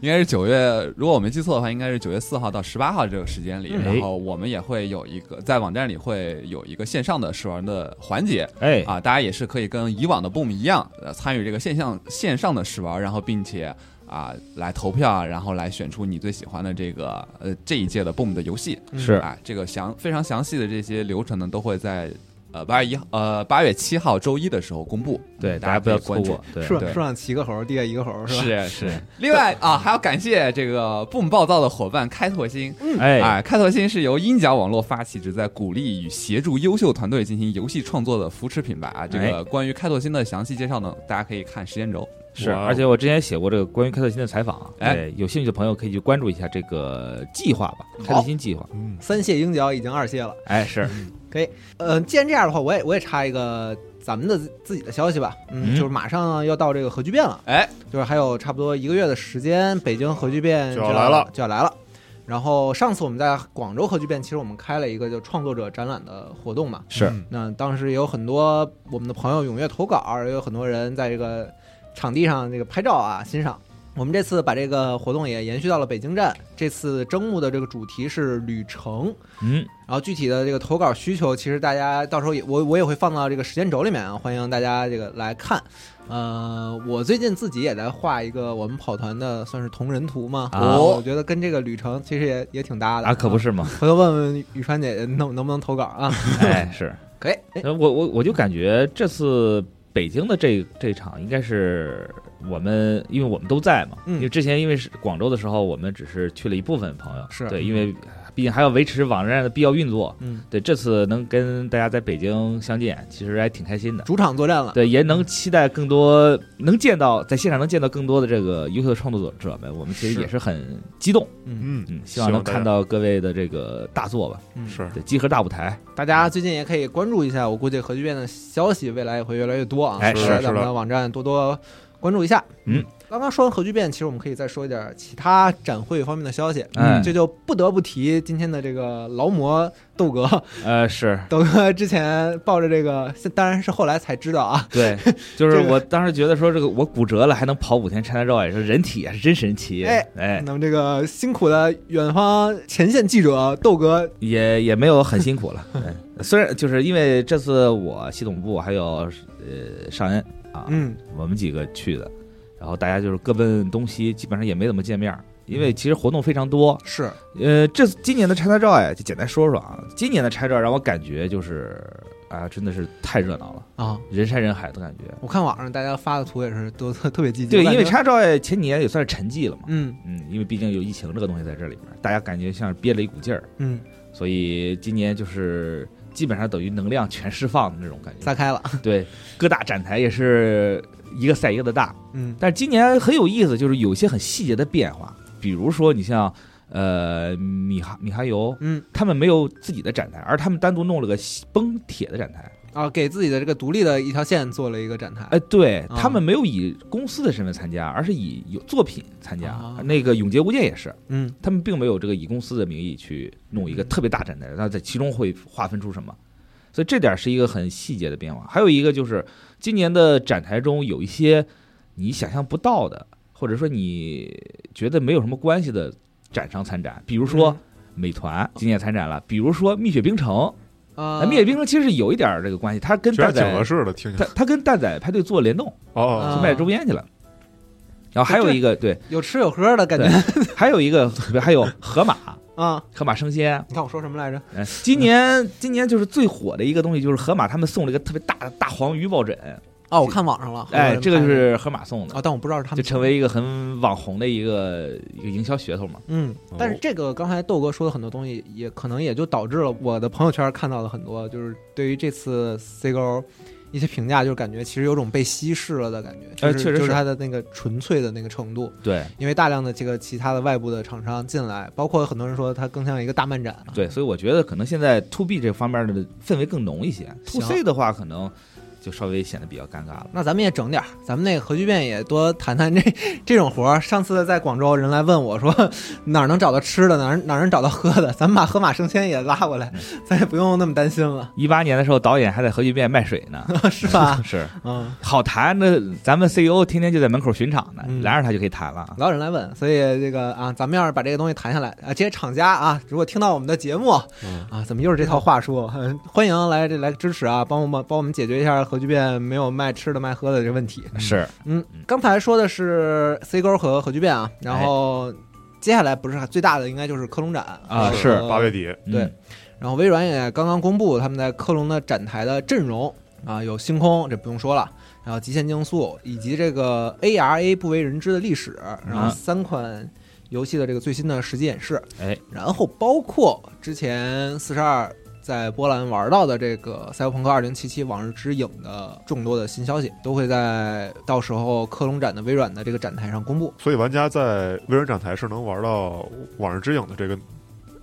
应该是九月，如果我没记错的话，应该是九月四号到十八号这个时间里，
嗯
然后我们也会有一个在网站里会有一个线上的试玩的环节，
哎，
啊，大家也是可以跟以往的 Boom 一样，呃，参与这个线上线上的试玩，然后并且啊来投票，然后来选出你最喜欢的这个呃这一届的 Boom 的游戏。
嗯
是
啊，这个详非常详细的这些流程呢，都会在呃八月一呃八月七号周一的时候公布。
对，
大
大家不要
可以
错
关注
过。。对，
树
对
树上骑个猴，地下一个猴，吧？
是是，另外啊，还要感谢这个 Boom 暴躁的伙伴开拓星，
哎，
啊，开拓星是由鹰角网络发起，旨在鼓励与协助优秀团
哎
队进行游戏创作的扶持品牌啊。这个关于开拓星的详细介绍呢，大家可以看时间轴。
是，
哇哦
而且我之前写过这个关于开特新的采访，
哎
对，有兴趣的朋友可以去关注一下这个计划吧，开特新计划。
嗯，
三谢鹰角已经二谢了。
哎，是，
呃，既然这样的话，我也我也插一个咱们的自自己的消息吧，嗯，
嗯
就是马上要到这个核聚变了，
哎，
就是还有差不多一个月的时间，北京核聚变
就要来了，
就要来了。然后上次我们在广州核聚变，其实我们开了一个就创作者展览的活动嘛，
是
嗯
那当时也有很多我们的朋友踊跃投稿，也有很多人在这个场地上这个拍照啊欣赏。我们这次把这个活动也延续到了北京站，这次征募的这个主题是旅程，
嗯，
然后具体的这个投稿需求，其实大家到时候也我我也会放到这个时间轴里面啊，欢迎大家这个来看。呃，我最近自己也在画一个我们跑团的算是同人图嘛，
啊
我觉得跟这个旅程其实也也挺搭的
啊，可不
是，
是嘛，
回头问问宇川姐姐能能不能投稿 啊？
哎，是，
可以，哎
呃我我我就感觉这次北京的这这场应该是我们，因为我们都在嘛，
嗯
因为之前因为是广州的时候，我们只是去了一部分朋友，
是
对，因为毕竟还要维持网站的必要运作。
嗯，
对，这次能跟大家在北京相见，其实还挺开心的。
主场作战了。
对，也能期待更多，能见到在现场能见到更多的这个优秀的创作者们，我们其实
是
也是很激动，
嗯
嗯，希望能
大家
看到各位的这个大作吧，
嗯
是
对，集合大舞台，
大家最近也可以关注一下，我估计核聚变的消息未来也会越来越多啊。
哎
所以
是
在
是
咱们
的
的网站多多关注一下。
嗯，
刚刚说完核聚变，其实我们可以再说一点其他展会方面的消息。
哎
这就不得不提今天的这个劳模豆哥，
呃，是
豆哥之前抱着这个，当然是后来才知道啊，
对，就是
这个
我当时觉得说这个我骨折了还能跑五天 China Joy，说人体啊是真神奇，
哎
哎，
那么这个辛苦的远方前线记者豆哥，
也也没有很辛苦了， 对虽然就是因为这次我系统部还有呃尚恩啊，
嗯，
我们几个去的，然后大家就是各奔东西，基本上也没怎么见面儿，因为其实活动非常多，
是
呃，这今年的 China Joy 就简单说说啊，今年的 China Joy 让我感觉就是啊，真的是太热闹了，
啊，
人山人海的感觉。
我看网上大家发的图也是都特特别积极，
对，因为
我感觉
China Joy 前几年也算是沉寂了嘛，
嗯
嗯，因为毕竟有疫情这个东西在这里面，大家感觉像是憋了一股劲儿，
嗯
所以今年就是基本上等于能量全释放的那种感
撒
觉。
开了，
对，各大展台也是一个赛一个的大，
嗯
但是今年很有意思，就是有些很细节的变化，比如说你像呃米哈米哈游，
嗯。
他们没有自己的展台，而他们单独弄了个崩铁的展台。
啊，给自己的这个独立的一条线做了一个展台。
哎，对
啊
他们没有以公司的身份参加，而是以有作品参加。
啊
那个《永劫无间》也是，
嗯
他们并没有这个以公司的名义去弄一个特别大展台，那在其中会划分出什么？所以这点是一个很细节的变化。还有一个就是今年的展台中有一些你想象不到的，或者说你觉得没有什么关系的展商参展，比如说
嗯
美团今年参展了，比如说蜜雪冰城。
啊，
那蜜雪冰城其实是有一点儿这个关系，它 跟
觉
蛋
得挺合
仔，
适的，听起
它
来
它跟蛋仔派对做联动，
哦，
就卖周边去了。然后还有一个对，
有吃有喝的感觉
还有一个特别还有河马，
啊。
河马生鲜。
你看我说什么来着？
哎今年今年就是最火的一个东西，就是河马他们送了一个特别大的大黄鱼抱枕，
哦，我看网上了。
哎，这个就
有人
是河马送
拍的啊，
的，
但我不知道是他
就
们
成为一个很网红的一个一个营销噱头嘛。
嗯，但是这个刚才豆哥说的很多东西，也可能也就导致了我的朋友圈看到了很多，就是对于这次 C 勾一些评价，就是感觉其实有种被稀释了的感觉，就
哎
呃是
确实
就是
是
它的那个纯粹的那个程度，
对
因为大量的这个其他的外部的厂商进来，包括很多人说它更像一个大漫展啊，
对，所以我觉得可能现在 to B 这方面的氛围更浓一些，to
行
C 的话可能就稍微显得比较尴尬了。
那咱们也整点儿，咱们那个核聚变也多谈谈这这种活儿。上次在广州，人来问我说哪儿能找到吃的，哪儿哪儿能找到喝的，咱们把河马生鲜也拉过来，咱也不用那么担心了，
一八年的时候，导演还在核聚变卖水呢，
是吧？
是
嗯，
好谈。那咱们 CEO 天天就在门口巡场呢
嗯，
拦着他就可以谈了啊。
老有人来问，所以这个啊，咱们要是把这个东西谈下来啊，这些厂家啊，如果听到我们的节目
嗯
啊，怎么又是这套话术？嗯欢迎来这来支持啊，帮我们帮我们解决一下核聚变没有卖吃的卖喝的这个问题。
是，
嗯，刚才说的是 C 勾和核聚变
哎
啊，然后接下来不是最大的应该就是科隆展
啊是
呃
八月底，
对
嗯
然后微软也刚刚公布他们在科隆的展台的阵容啊，有星空，这不用说了。然后极限竞速以及这个 ARA 不为人知的历史，然后
嗯
三款游戏的这个最新的实际演示，
哎，
然后包括之前四十二在波兰玩到的这个《赛博朋克2077：往日之影》的众多的新消息，都会在到时候科隆展的微软的这个展台上公布。
所以玩家在微软展台是能玩到《往日之影》的这个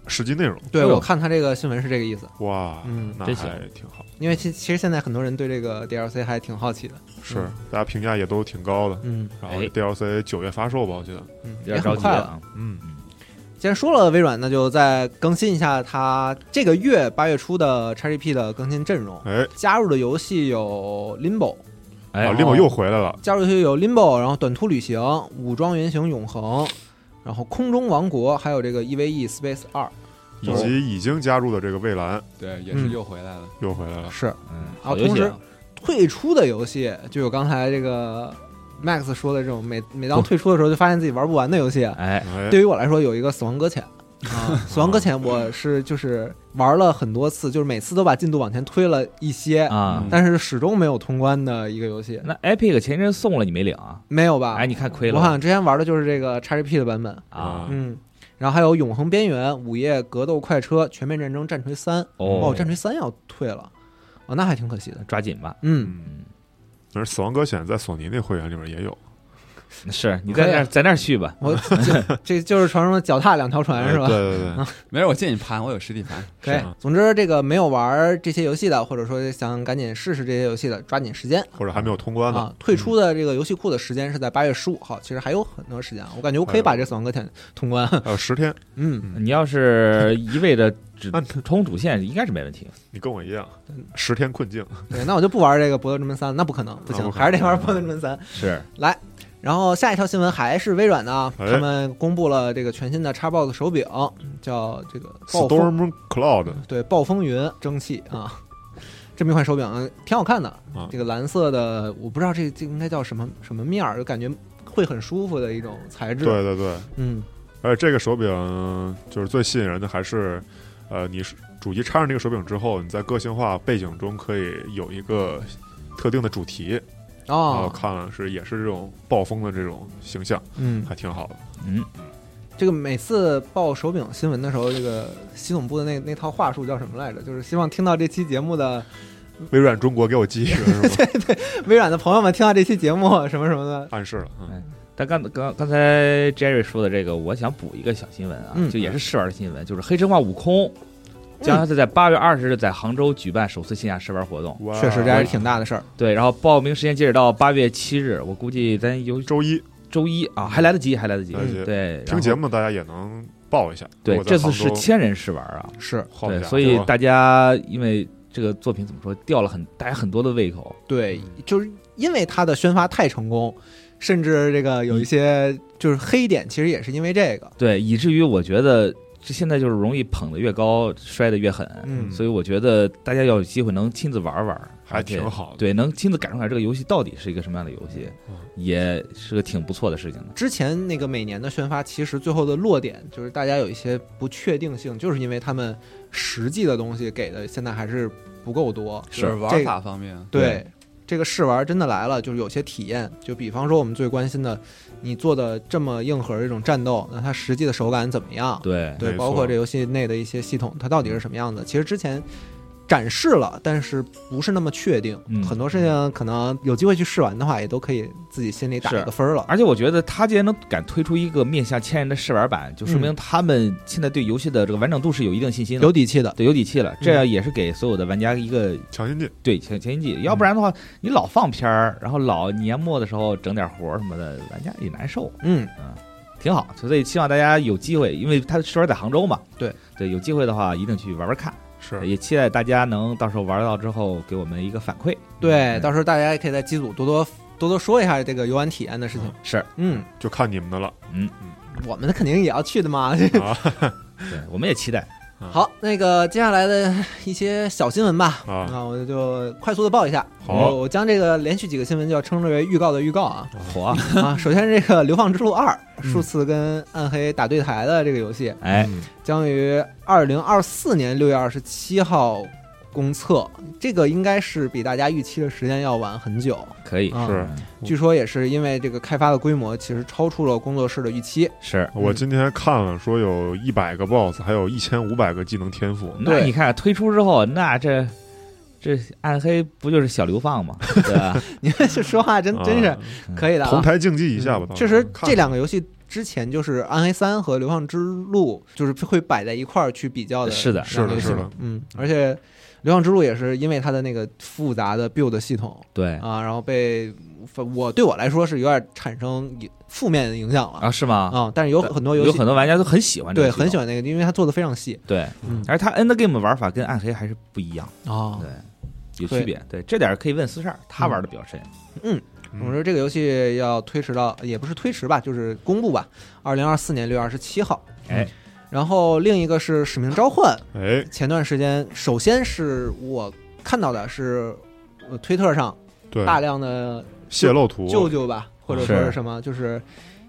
实际内容。
对，
哎呦
我看他这个新闻是这个意思，
哇，
嗯
那
真行
还挺好，
因为其其实现在很多人对这个 DLC 还挺好奇的，
是
嗯
大家评价也都挺高的。
嗯
然后
哎
DLC 九月发售吧，我记得。
嗯，
有
也
点着
很
急
快
了
了。
啊。
嗯，
既然说了微软，那就再更新一下它这个月八月初的 XGP 的更新阵容，
哎，
加入的游戏有 Limbo，
哎
啊，，另外又回来了，
加入游戏有 Limbo，然后短途旅行、武装原型永恒，然后空中王国，还有这个 EVE Space 二
啊
以及已经加入的这个蔚蓝
对，也是
嗯
又回来了。
又回来了。
是。
嗯，
啊，
好游
同
戏
时
啊，
退出的游戏就有刚才这个 Max 说的这种，每每当
不
退出的时候就发现自己玩不完的游戏。
哎，
哎，
对于我来说，有一个《死亡搁浅》 啊，《死亡搁
哦
浅》我是就是玩了很多次，就是每次都把进度往前推了一些，
啊
但是始终没有通关的一个游戏，
那 Epic 前一阵送了你没领啊？
没有吧？
哎，你看亏
我好
了
像之前玩的就是这个 XGP 的版本，
啊！
嗯，然后还有《永恒边缘》《午夜格斗快车》《全面战争：战锤三》
哦
战锤三要退了，哦，那还挺可惜的。
抓紧吧，
嗯，
嗯，但是《死亡搁浅》在索尼那会员里面也有，
是你
可以
在那
啊
儿在那儿续吧。
我 这这就是传说中的脚踏两条船是吧？
哎对对对，
没事，我借你盘，我有实体 盘。
可以
是啊。
总之，这个没有玩这些游戏的，或者说想赶紧试试这些游戏的，抓紧时间
或者还没有通关呢。
啊！退出的这个游戏库的时间是在八月十五号，其实还有很多时间啊。我感觉我可以把这《死亡搁浅》通关。
还有十天，
嗯，啊
你要是一味的 只
那
冲主线，应该是没问题。
你跟我一样，十天困境。
对，那我就不玩这个《博德之门三》，那不可能，不
啊不
行，
可能
还是得玩《博德之门三》。
是，
来，然后下一条新闻还是微软的啊，
哎
他们公布了这个全新的 Xbox 手柄，叫这个暴风
Storm Cloud
对暴风云蒸汽啊， 这么一款手柄挺好看的，
啊
这个蓝色的我不知道这这应该叫什么什么面儿，就感觉会很舒服的一种材质。
对对对，
嗯，
而且这个手柄就是最吸引人的还是，呃，你是主机插上这个手柄之后，你在个性化背景中可以有一个特定的主题，
啊
然后
哦，
啊看了是也是这种暴风的这种形象，
嗯，
还挺好的。
嗯，
这个每次报手柄新闻的时候，这个系统部的那那套话术叫什么来着？就是希望听到这期节目的
微软中国给我寄一个是 吗？
微软的朋友们听到这期节目什么什么的，
暗示了，嗯，
但刚刚刚才 Jerry 说的这个，我想补一个小新闻啊，
嗯
就也是试玩的新闻，就是《黑神话：悟空》将是在八月二十日在杭州举办首次线下试玩活动。
哇
确实这还是挺大的事儿。
对，然后报名时间截止到八月七日，我估计咱有
周一
周一啊，还来得及，还来得及。
来得及
对，然
听
后
节目，大家也能报一下。
对
如，果
这
在
次
杭
是
州
千人试玩啊，
是
晃一
对，
下
所以
对吧
大家因为这个作品怎么说，吊了很大家很多的胃口。
对，就是因为它的宣发太成功，甚至这个有一些就是黑点，其实也是因为这个。
对，以至于我觉得这现在就是容易捧得越高，摔得越狠。
嗯
所以我觉得大家要有机会能亲自玩玩，
还挺
而且。
好的。
对，能亲自感受出来这个游戏到底是一个什么样的游戏
嗯，
也是个挺不错的事情的。
之前那个每年的宣发，其实最后的落点就是大家有一些不确定性，就是因为他们实际的东西给的现在还是不够多。
就是玩法方面，啊
对。
对
这个试玩真的来了，就是有些体验，就比方说我们最关心的，你做的这么硬核的这种战斗，那它实际的手感怎么样？
对，
对，
没
包
错
括这游戏内的一些系统，它到底是什么样子？其实之前展示了，但是不是那么确定。
嗯
很多事情可能有机会去试玩的话，也都可以自己心里打
是
一个分儿了。
而且我觉得他既然能敢推出一个面向千人的试玩版，就说明他们现在对游戏的这个完整度是有一定信心的
有，底气的，
对，有底气了。这样也是给所有的玩家一个
强心剂，
对前前进剂，要不然的话，你老放片儿，然后老年末的时候整点活儿什么的，玩家也难受，
嗯，
挺好。所以希望大家有机会，因为他试玩在杭州嘛，
对
对，有机会的话一定去玩玩看，
是
也期待大家能到时候玩到之后给我们一个反馈。
对，到时候大家也可以在机组多多多多说一下这个游玩体验的事情。
是，
嗯，
就看你们的了
我们肯定也要去的嘛。
啊
对，我们也期待。
好，那个接下来的一些小新闻吧，
啊！
啊，我就快速的报一下。
好
我我将这个连续几个新闻就要称之为预告的预告啊。
火啊，
啊，首先是这个《流放之路二》
嗯
数次跟《暗黑》打对 台的这个游戏，
哎，
嗯
将于二零二四年六月二十七号公测，这个应该是比大家预期的时间要晚很久。
哦
可以，嗯
啊、
是
据说也是因为这个开发的规模其实超出了工作室的预期。
是。
我今天看了，说有一百个 BOSS，还有一千五百个技能天赋。
那你看推出之后，那这这暗黑不就是小流放吗？ 对啊吧？
你们这说话真真是
啊
可以的、啊，
同台竞啊技一下吧。到时
确
候
实，
看
这两个游戏之前就是《暗黑三》和《流放之路》，就是会摆在一块儿去比较的。
是的
两个游戏
是的
嘛
是的
嗯，而且《流放之路》也是因为它的那个复杂的 build 系统
对
啊，然后被反我对我来说是有点产生负面的影响了
啊，是吗？
啊。但是有很多游
有
戏
很多玩家都很喜欢这个
对
系统，
很喜欢那个，因为它做的非常细
对
嗯，
而它 End Game 玩法跟暗黑还是不一样，
啊。
对，有区别。对，这点儿可以问四十二，他玩的比较深。
嗯
我说这个游戏要推迟到，也不是推迟吧，就是公布吧，二零二四年六月二十七号。
哎，
然后另一个是《使命召唤》，
哎，
前段时间，首先是我看到的是，呃，推特上
对，
大量的
泄露图，
舅舅吧，或者说
是
是什么，就是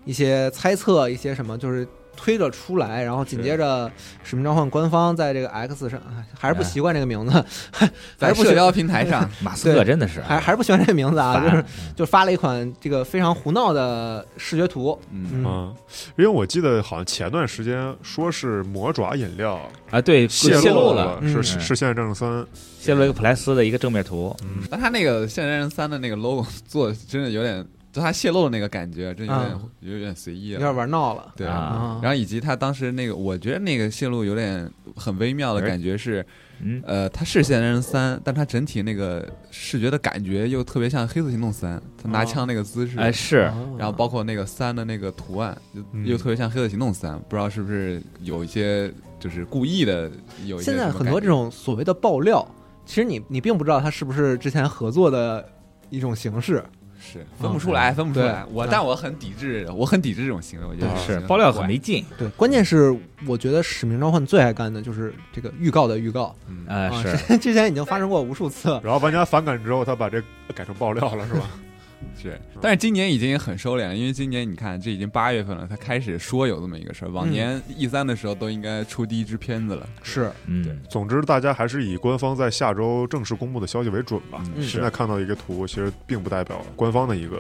一些猜测，一些什么，就是推了出来，然后紧接着《使命召唤》官方在这个 X 上，哎还是不习惯这个名
哎
字，还
在
是不
社
喜
交平台上，
马斯克
对
真的是
还还是不喜欢这个名字啊，
烦
就是就发了一款这个非常胡闹的视觉图，
嗯，
嗯，
啊，因为我记得好像前段时间说是魔爪饮料
啊，对，泄
露
了，
嗯
是是是现在正三，
泄露了一个普莱斯的一个正面图，
但他那个《现代人三》的那个 logo 做的真的有点，就他泄露的那个感觉，真有点
嗯
有点随意
有
了，
点玩闹了。
对
啊
啊
然后以及他当时那个，我觉得那个泄露有点很微妙的感觉是，
嗯，
呃，它是《现代人三》，但它整体那个视觉的感觉又特别像《黑色行动三》，他拿枪那个姿势，
哎是，
哦
然后包括那个三的那个图案，就
嗯
又特别像《黑色行动三》，不知道是不是有一些就是故意的有一些
现
什
在
么感觉。
很多这种所谓的爆料，其实你你并不知道它是不是之前合作的一种形式。
是分不出来，分不出来。
对
我
嗯
但我很抵制，我很抵制这种行为，我觉得
是爆料很
没
没劲，
对，关键是我觉得《使命召唤》最爱干的就是这个预告的预告，
哎
啊
是，
之前已经发生过无数次了。
然后玩家反感之后，他把这改成爆料了，是吧？
是，但是今年已经很收敛了，因为今年你看，这已经八月份了，他开始说有这么一个事儿。往年 E 三的时候都应该出第一支片子了，
是，
嗯，
总之，大家还是以官方在下周正式公布的消息为准吧。
嗯
嗯
现
哎
在看到一个图，其实并不代表官方的一个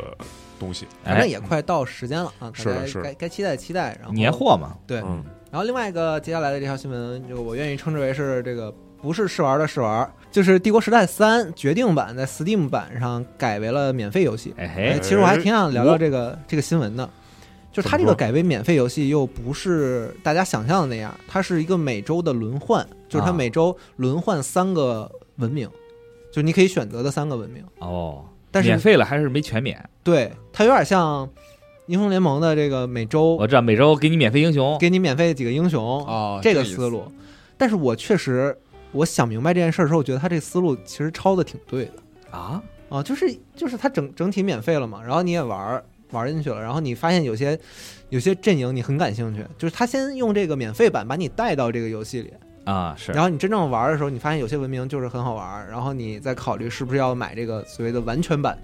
东西。
反正
哎，
也快到时间了啊，
是
大
的
家
是的
该该期待期待。然后
年，货嘛，
对。
嗯，
然后另外一个接下来的这条新闻，就我愿意称之为是这个不是试玩的试玩，就是《帝国时代三》决定版在 Steam 版上改为了免费游戏。
哎
哎，
嘿，
其实我还挺想聊聊这个、这个新闻的，就是它这
怎
个
么说
改为免费游戏又不是大家想象的那样，它是一个每周的轮换，就是它
啊
每周轮换三个文明，就是你可以选择的三个文明。
哦，
但
免
是
费了还是没全免，
对它有点像英雄联盟的这个每周
我知道每周给你免费英雄，
给你免费几个英雄、
哦
这
这
个
个意思
思路，但是我确实我想明白这件事儿之后，我觉得他这思路其实抄的挺对的。
啊，
啊，就是就是它整整体免费了嘛，然后你也玩儿玩儿进去了，然后你发现有些有些阵营你很感兴趣，就是他先用这个免费版把你带到这个游戏里，
啊是
然后你真正玩儿的时候，你发现有些文明就是很好玩儿，然后你再考虑是不是要买这个所谓的完全版、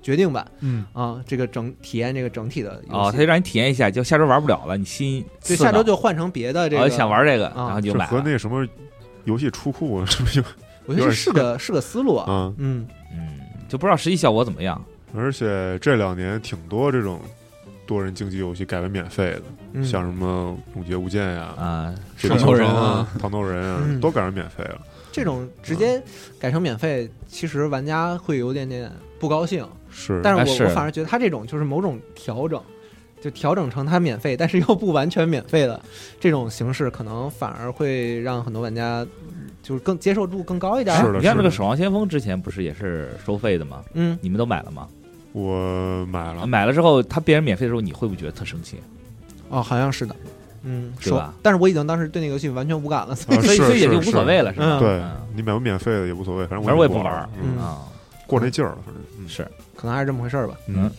决定版
嗯，
啊，这个整体验这个整体的游戏。
哦，他就让你体验一下，就下周玩不了了，你心
对，
刺
下周
挠
就换成别的这
哦
个。
想，玩这个，
啊
然后你就
这
买
和
了，
那什么游戏出库啊 是不是有？
我觉得这是个是个思路啊。
啊，
嗯，
嗯，就不知道实际效果怎么样，
而且这两年挺多这种多人竞技游戏改为免费的，
嗯
像什么《永劫无间》呀、
啊，
水滴
糖豆
求
人
生
啊、
糖豆人啊
嗯，
都改成免费了。
这种直接改成免费，其实玩家会有点点不高兴。
是，
但
哎
是我
是
我反而觉得他这种就是某种调整，就调整成它免费，但是又不完全免费的这种形式，可能反而会让很多玩家嗯就是更接受度更高一点。
是的
哎你看
是
这个《
的
守望先锋》之前不是也是收费的吗？
嗯，
你们都买了吗？
我买了，
买了之后，他变成免费的时候，你会不会觉得
啊
特生气？
哦，好像是的，嗯，
对
手
吧
但是我已经当时对那个游戏完全无感了，所以
啊
所以
是
所以也就是无所谓了，是吧？
嗯
对
嗯
你买不免费的也无所谓，反正
反正我也不
玩
玩
儿，嗯
嗯
啊，
过那劲儿了，反正嗯
是，
可能还是这么回事儿吧。
嗯，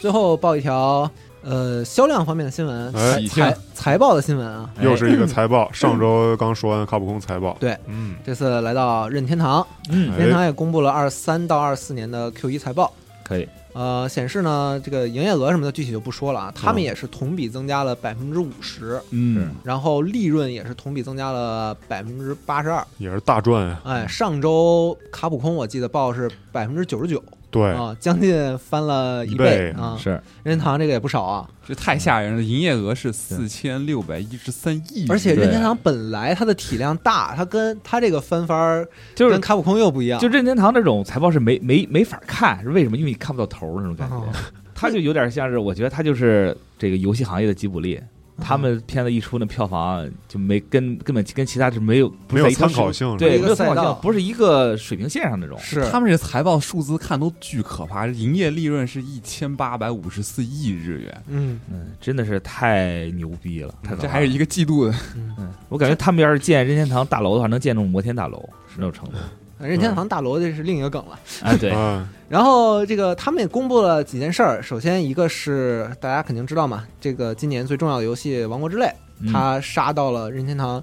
最后报一条呃销量方面的新闻，
哎
喜庆
财财报的新闻啊，
又是一个财报，上周刚说完卡普空财报，
对，
嗯，
这次来到任天堂，
嗯
任天
哎
堂也公布了二三到二四年的 Q 一财报。
可以，
呃，显示呢这个营业额什么的具体就不说了啊，他们
嗯
也是同比增加了百分之五十，
嗯
然后利润也是同比增加了百分之八十二。
也是大赚啊呀。
嗯
哎，上周卡普空我记得报是百分之九十九
对，
啊，将近翻了一
一倍
啊。
嗯是
任天堂这个也不少啊，
这太吓人了，营业额是四千六百一十三亿，
而且
对
任天堂本来它的体量大，它跟它这个翻番儿
就
跟
是
卡普空又不一样，
就任天堂这种财报是没没没法看，是为什么？因为你看不到头儿那种感
哦
觉， 他就有点像是，我觉得他就是这个游戏行业的吉卜力。
嗯
他们片子一出，那票房就没跟根本跟其他是没有不
没
是
有
在一条
参考
水
性，
对，
一
没
个
有
赛
参考
道
性，不是一个水平线上那种。
是
他们这财报数字看都巨可怕，营业利润是一千八百五十四亿日元，
嗯，
嗯，真的是太牛逼了，太可怕了
这还是一个季度的，
嗯，我感觉他们要是建任天堂大楼的话，能建那种摩天大楼那种 程度。
任天堂大楼这是另一个梗了。
啊，对，
嗯，
然后这个他们也公布了几件事儿，首先一个是大家肯定知道嘛，这个今年最重要的游戏《王国之泪》，
嗯
它杀到了任天堂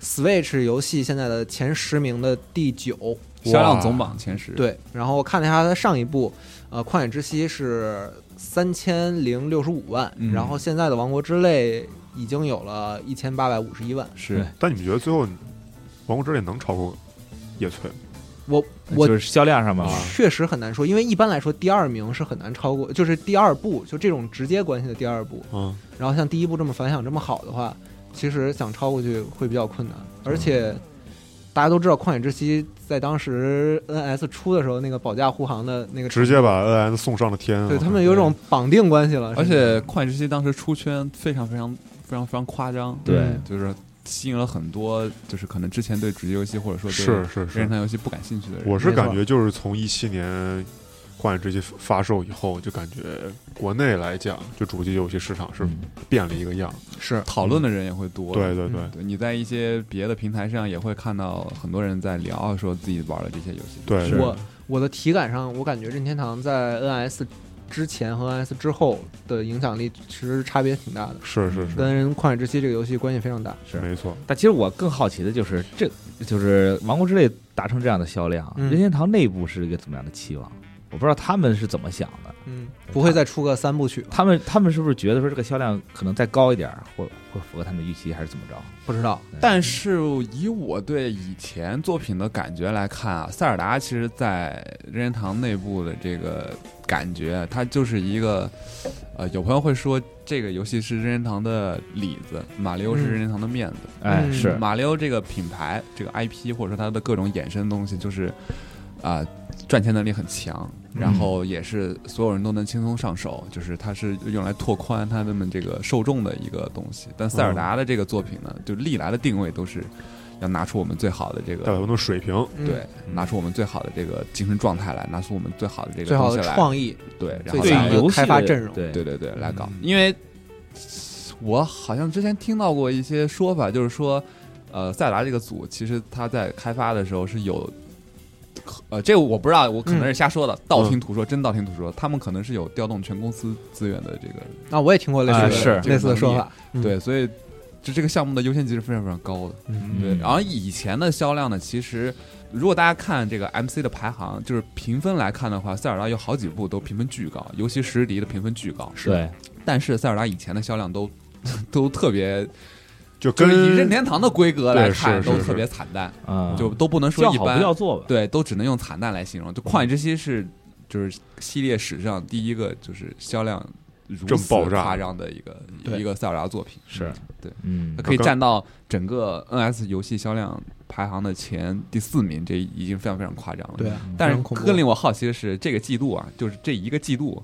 Switch 游戏现在的前十名的第九。
销量总榜前十，，
对，然后我看了一下它的上一部，呃，《旷野之息》是三千零六十五万，
嗯
然后现在的《王国之泪》已经有了一千八百五十一万。
是
但你们觉得最后《王国之泪》能超过叶翠吗？
我我
嗯就是销量上面嘛，
确实很难说，因为一般来说第二名是很难超过，就是第二部就这种直接关系的第二部。
嗯，
然后像第一部这么反响这么好的话，其实想超过去会比较困难。而且大家都知道，《旷野之息》在当时 NS 出的时候，那个保驾护航的那个
直接把 NS 送上了天啊。
对他们有种绑定关系了，甚
而
至
且旷野之息当时出圈非常非常非常非常夸张，嗯
对
就是吸引了很多就是可能之前对主机游戏或者说对
是是
任天
是，
堂游戏不感兴趣的人，
我是
没错
感觉就是从一七年。《旷野之息》发售以后，就感觉国内来讲，就主机游戏市场是
嗯
变了一个样。
是
讨论的人也会
嗯
多，
对对对，
对，你在一些别的平台上也会看到很多人在聊说自己玩的这些游戏，
对
是
我我的体感上，我感觉任天堂在 NS 之前和 NS 之后的影响力其实差别挺大的，
是是是，
跟《旷野之息》这个游戏关系非常大。
是
没错。
但其实我更好奇的就是，这就是《王国之泪》达成这样的销量，
嗯
任天堂内部是一个怎么样的期望？我不知道他们是怎么想的。
嗯，不会再出个三部曲吧？
他们他们是不是觉得说这个销量可能再高一点儿，会会符合他们的预期，还是怎么着？
不知道，
但是以我对以前作品的感觉来看啊，塞尔达其实在任天堂内部的这个感觉，它就是一个，呃，有朋友会说这个游戏是任天堂的里子，马里奥是
嗯
任天堂的面子，
哎，
嗯
是
马里奥这个品牌、这个 IP 或者说它的各种衍生东西，就是啊、赚钱能力很强，
嗯
然后也是所有人都能轻松上手，就是它是用来拓宽他们这个受众的一个东西。但塞尔达的这个作品呢，就历来的定位都是要拿出我们最好的这
带有
个
那种水平，
嗯
对，拿出我们最好的这个精神状态来，拿出我们最好的
最
这个东
好
西
的
来，
创意，
对，然
最
后
对
来
强的
游戏
开发
的
阵容
对
对对对，来搞
嗯。
因为我好像之前听到过一些说法，就是说，呃，塞尔达这个组其实他在开发的时候是有，呃，这个我不知道，我可能是瞎说的，道听途说，真道听途说，他们可能是有调动全公司资源的这个，
啊，我也听过类似的、
啊是
类似的说法，嗯
对，所以就这个项目的优先级是非常非常高的。对，
嗯
然后以前的销量呢，其实如果大家看这个 MC 的排行，就是评分来看的话，塞尔达有好几部都评分巨高，尤其《石笛》的评分巨高。
对，
但是塞尔达以前的销量都 都特别，
就
就
跟
是以任天堂的规格来看，
对是
都
是
特别惨淡，
嗯，
就都不能说
叫
一
好不
般
叫，座吧。
对，都只能用惨淡来形容。就《旷野之息》是就是系列史上第一个就是销量如
这么
此
爆炸嗯
夸张的一个
对
一个塞尔达作品，
是，
对，
嗯
它，可以
刚
占到整个 NS 游戏销量排行的前第四名，这已经非常非常夸张了。
对啊，
但
非常
是
恐怖
更令我好奇的是，这个季度啊，就是这一个季度，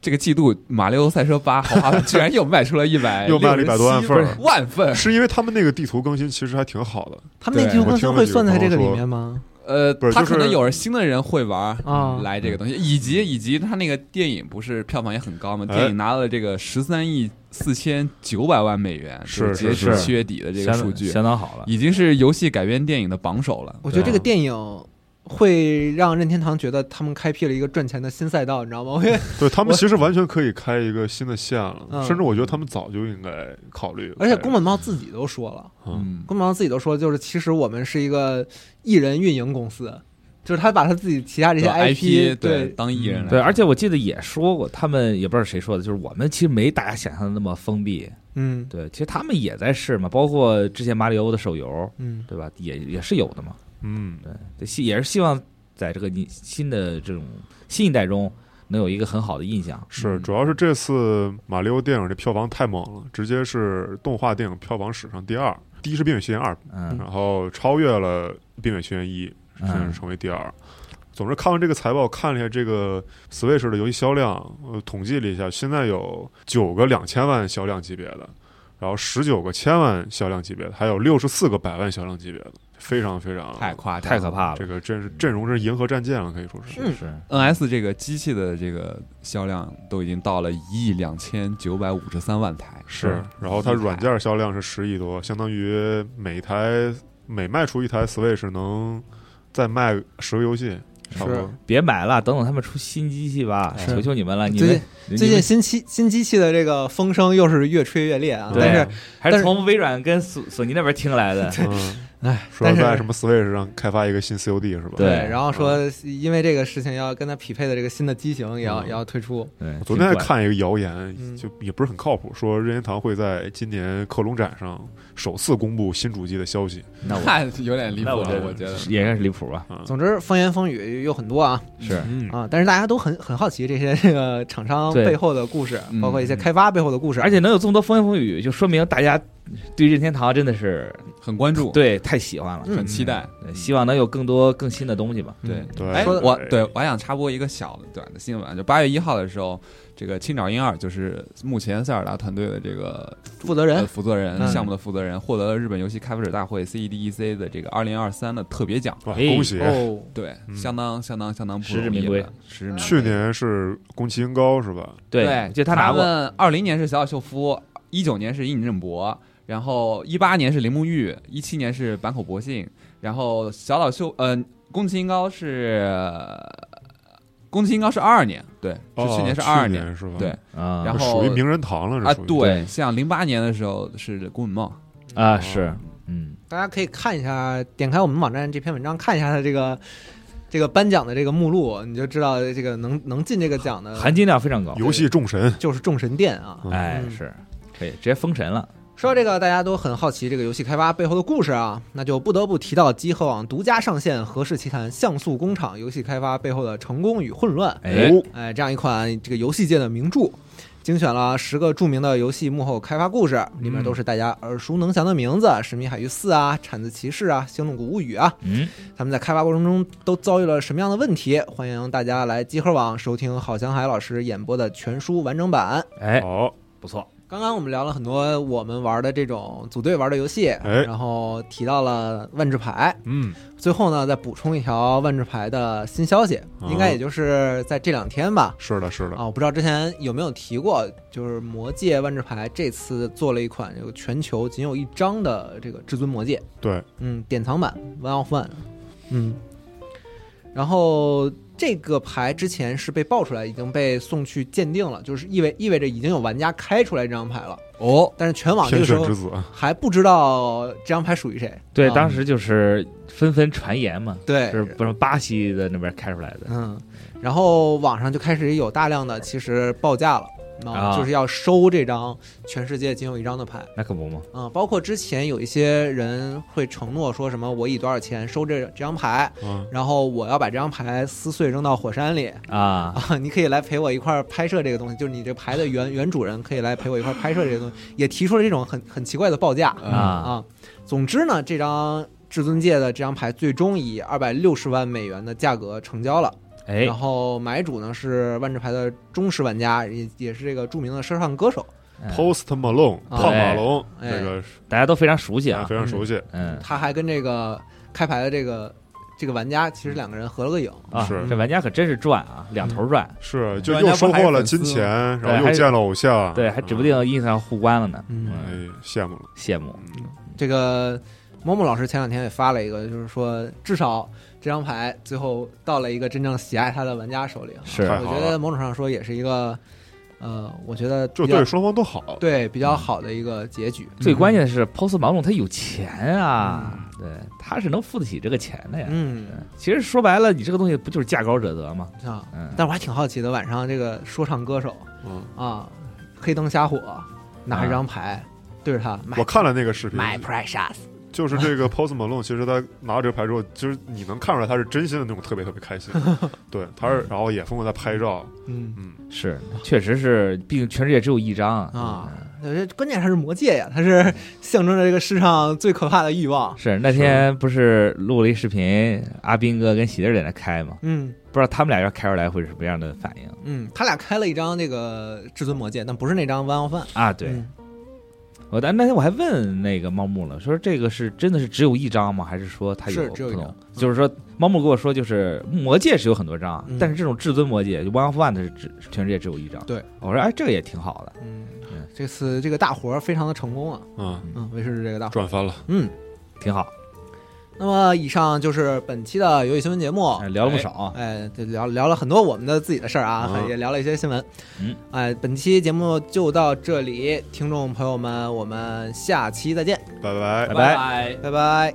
这个季度《马里奥赛车 八》豪华版居然又卖出了一百，
又卖了100多万份儿
万份。
是因为他们那个地图更新其实还挺好的，
他们那
对
地图
我
更
听
新
了
会
几个
算在
朋
这
友
个里
说
面吗？
呃
不，是
他
就是
可能有新的人会玩
啊
来这个东西，以及以及他那个电影不是票房也很高嘛？
哎
电影拿了这个十三亿四千九百万美元，
是
就是截
是
止
是
七月底的这个
相
数据，
相当好了。
已经是游戏改编电影的榜首了。
我觉得这个
对啊
电影会让任天堂觉得他们开辟了一个赚钱的新赛道，你知道吗？ 我也
对他们
我
其实完全可以开一个新的线了，
嗯
甚至我觉得他们早就应该考虑。
而且宫本茂自己都说了，
嗯
宫本茂自己都说，就是其实我们是一个艺人运营公司，就是他把他自己旗下这些
对
IP
对
对
当艺人
嗯
来
对，而且我记得也说过，他们也不知道谁说的，就是我们其实没大家想象的那么封闭。
嗯
对，其实他们也在试嘛，包括之前马里欧的手游，
嗯
对吧？也也是有的嘛。
嗯，
对，希也是希望在这个你新的这种新一代中能有一个很好的印象。
是，
嗯
主要是这次马里奥电影这票房太猛了，直接是动画电影票房史上第二，第一是《冰雪奇缘二》，
嗯
然后超越了《冰雪奇缘一》，现在
嗯
成为第二。总之，看完这个财报，看了一下这个 Switch 的游戏销量，呃，统计了一下，现在有九个两千万销量级别的，然后十九个千万销量级别的，还有六十四个百万销量级别的，非常非常
太夸张
太
了，
可怕了
这。个真是阵容是银河战舰了，可以说是。
是嗯是，
NS 这个机器的这个销量都已经到了一亿两千九百五十三万台，
是，然后它软件销量是十亿多，相当于每一台每卖出一台 Switch 能再卖十个游戏，差不多。
别买了，等等他们出新机器吧，
是
求求你们了。你
最
们
近最近新机新机器的这个风声又是越吹越烈啊，
对
但是
还
但
是
是
从微软跟索索尼那边听来的。
嗯，
哎，
说
但是
在什么 Switch 上开发一个新 COD 是吧？
对
然后说因为这个事情要跟它匹配的这个新的机型也要、
嗯
也要推出，
对，
我昨天还
挺怪
看一个谣言，
嗯
就也不是很靠谱，说任天堂会在今年克隆展上首次公布新主机的消息。
那我
太有点离谱
那我
了，
这
我觉得。
也该是离谱吧？
嗯
总之风言风语有很多啊
是
嗯，
啊，但是大家都很很好奇这些这个厂商
对
背后的故事，
嗯
包括一些开发背后的故事，
而且能有这么多风言风语，就说明大家对任天堂真的是
很关注，，
对太喜欢了，
很期待，
对希望能有更多更新的东西吧。
对。
嗯对，
哎，
说
我对我还想插播一个小的短的新闻，啊就八月一号的时候，这个青沼英二就是目前塞尔达团队的这个
负责人
呃、负责人、
嗯
项目的负责人，获得了日本游戏开发者大会 E CEDEC 的这个二零二三的特别奖。
哇
哎
恭喜！
哦，
对，
嗯
相当相当相当不
实至
容易
名归
了，实至名归。
去年是宫崎英高是吧？
对，就他拿过，
们二零年是小岛秀夫，一九年是伊井正博，然后一八年是铃木玉，一七年是坂口博信，然后小岛秀呃宫崎英高是宫崎英高是二二年，对，是去年是
哦
二二
去
年，
是吧？
对，
啊
然后
属于名人堂了，这
啊
属于
对，像零八年的时候是宫本茂，
哦
啊是，嗯，
大家可以看一下，点开我们网站这篇文章，看一下它这个这个颁奖的这个目录，你就知道这个能能进这个奖的
含金量非常高。
游戏众神，
就是众神殿啊。
嗯
哎
嗯
是，可以直接封神了。
说到这个，大家都很好奇这个游戏开发背后的故事啊，那就不得不提到集合网独家上线《何氏奇谈：像素工厂》游戏开发背后的成功与混乱。
哎，
哦
哎，这样一款这个游戏界的名著，精选了十个著名的游戏幕后开发故事，里面都是大家耳熟能详的名字，神秘海域四》啊，《铲子骑士》啊，《星露谷物语》啊。
嗯，
他们在开发过程中都遭遇了什么样的问题？欢迎大家来集合网收听郝祥海老师演播的全书完整版。
哎，
好，
不错，
刚刚我们聊了很多我们玩的这种组队玩的游戏，
哎
然后提到了万智牌，
嗯，
最后呢再补充一条万智牌的新消息，应该也就是在这两天吧。
是的，是的，
啊，我不知道之前有没有提过，就是《魔界万智牌》这次做了一款这个全球仅有一张的这个至尊魔戒，
对，
嗯，典藏版 One of One，嗯，然后这个牌之前是被爆出来，已经被送去鉴定了，就是意味意味着已经有玩家开出来这张牌了，
哦，
但是全网这
天
个时
选
候
之子，
还不知道这张牌属于谁。
对，
啊
当时就是纷纷传言嘛，
对
是不是巴西的那边开出来的？
哎嗯，然后网上就开始有大量的其实报价了。
啊
就是要收这张全世界仅有一张的牌，
那可不嘛，
嗯，包括之前有一些人会承诺说什么我以多少钱收这这张牌，
嗯，
然后我要把这张牌撕碎扔到火山里，
啊，
啊，你可以来陪我一块儿拍摄这个东西，就是你这牌的原原主人可以来陪我一块儿拍摄这个东西，也提出了这种很很奇怪的报价
啊
啊。总之呢，这张至尊界的这张牌最终以二百六十万美元的价格成交了，
哎
然，后买主呢是万智牌的忠实玩家，也也是这个著名的说唱歌手，
嗯
Post Malone，
啊
胖马龙，
哎
这个
大家都非常熟悉
大家
啊
非，常熟悉，
嗯
他还跟这个开牌的这个这个玩家其实两个人合了个影，
啊，
是
这玩家可真是赚啊，两头赚，
是就
人
又
家不
收
还
获
是
了
粉丝
金
吗
钱，然
对
后
还
又
是
见了偶像，
对，还指不
嗯，
定印上互关了呢，
嗯
啊嗯
哎，羡慕了，
羡慕，
嗯
这个某某老师前两天也发了一个，就是说至少这张牌最后到了一个真正喜爱它的玩家手里。
是
太
我
好
觉
了
得，某种上说也是一个，呃，我觉得
这
比较
对双方都好，
对比较好的一个结局。嗯
最关键的是，Post Malone 他有钱啊，对，他是能付得起这个钱的呀。
嗯
其实说白了，你这个东西不就是价高者得吗？
啊，
嗯，
但我还挺好奇的，晚上这个说唱歌手
嗯，
啊，黑灯瞎火，拿一张牌对着他买
我看了那个视频，
买 precious，
就是这个 Post Malone，其实他拿到这个牌之后，就是你能看出来他是真心的那种特别特别开心，对，他是然后也疯狂在拍照，
嗯
嗯，
是，确实是，毕竟全世界只有一张嗯
啊，对这关键它是魔戒呀，它是象征着这个世上最可怕的欲望。
是那天不是录了一视频，阿斌哥跟喜儿在那开吗？
嗯
不知道他们俩要开出来会是什么样的反应
嗯，他俩开了一张这个至尊魔戒，但不是那张 One of One。
啊？对、
嗯
我，呃但那天我还问那个猫木了，说这个是真的是只有一张吗？还是说他有
是只有一张
不同就是说猫木跟我说，就是魔戒是有很多张，啊
嗯
但是这种至尊魔戒就 One of One 的是只全世界只有一张。
对，
我说哎，这个也挺好的。
嗯
嗯，
这次这个大活儿非常的成功啊。
嗯，
嗯，卫视这个大活儿。
赚翻了，
嗯，
挺好，
那么以上就是本期的游戏新闻节目。
哎聊了不少啊，
哦哎，对，聊聊了很多我们的自己的事儿啊，
嗯
也聊了一些新闻。
嗯，
哎，本期节目就到这里，听众朋友们，我们下期再见，
拜拜
拜。
拜拜拜。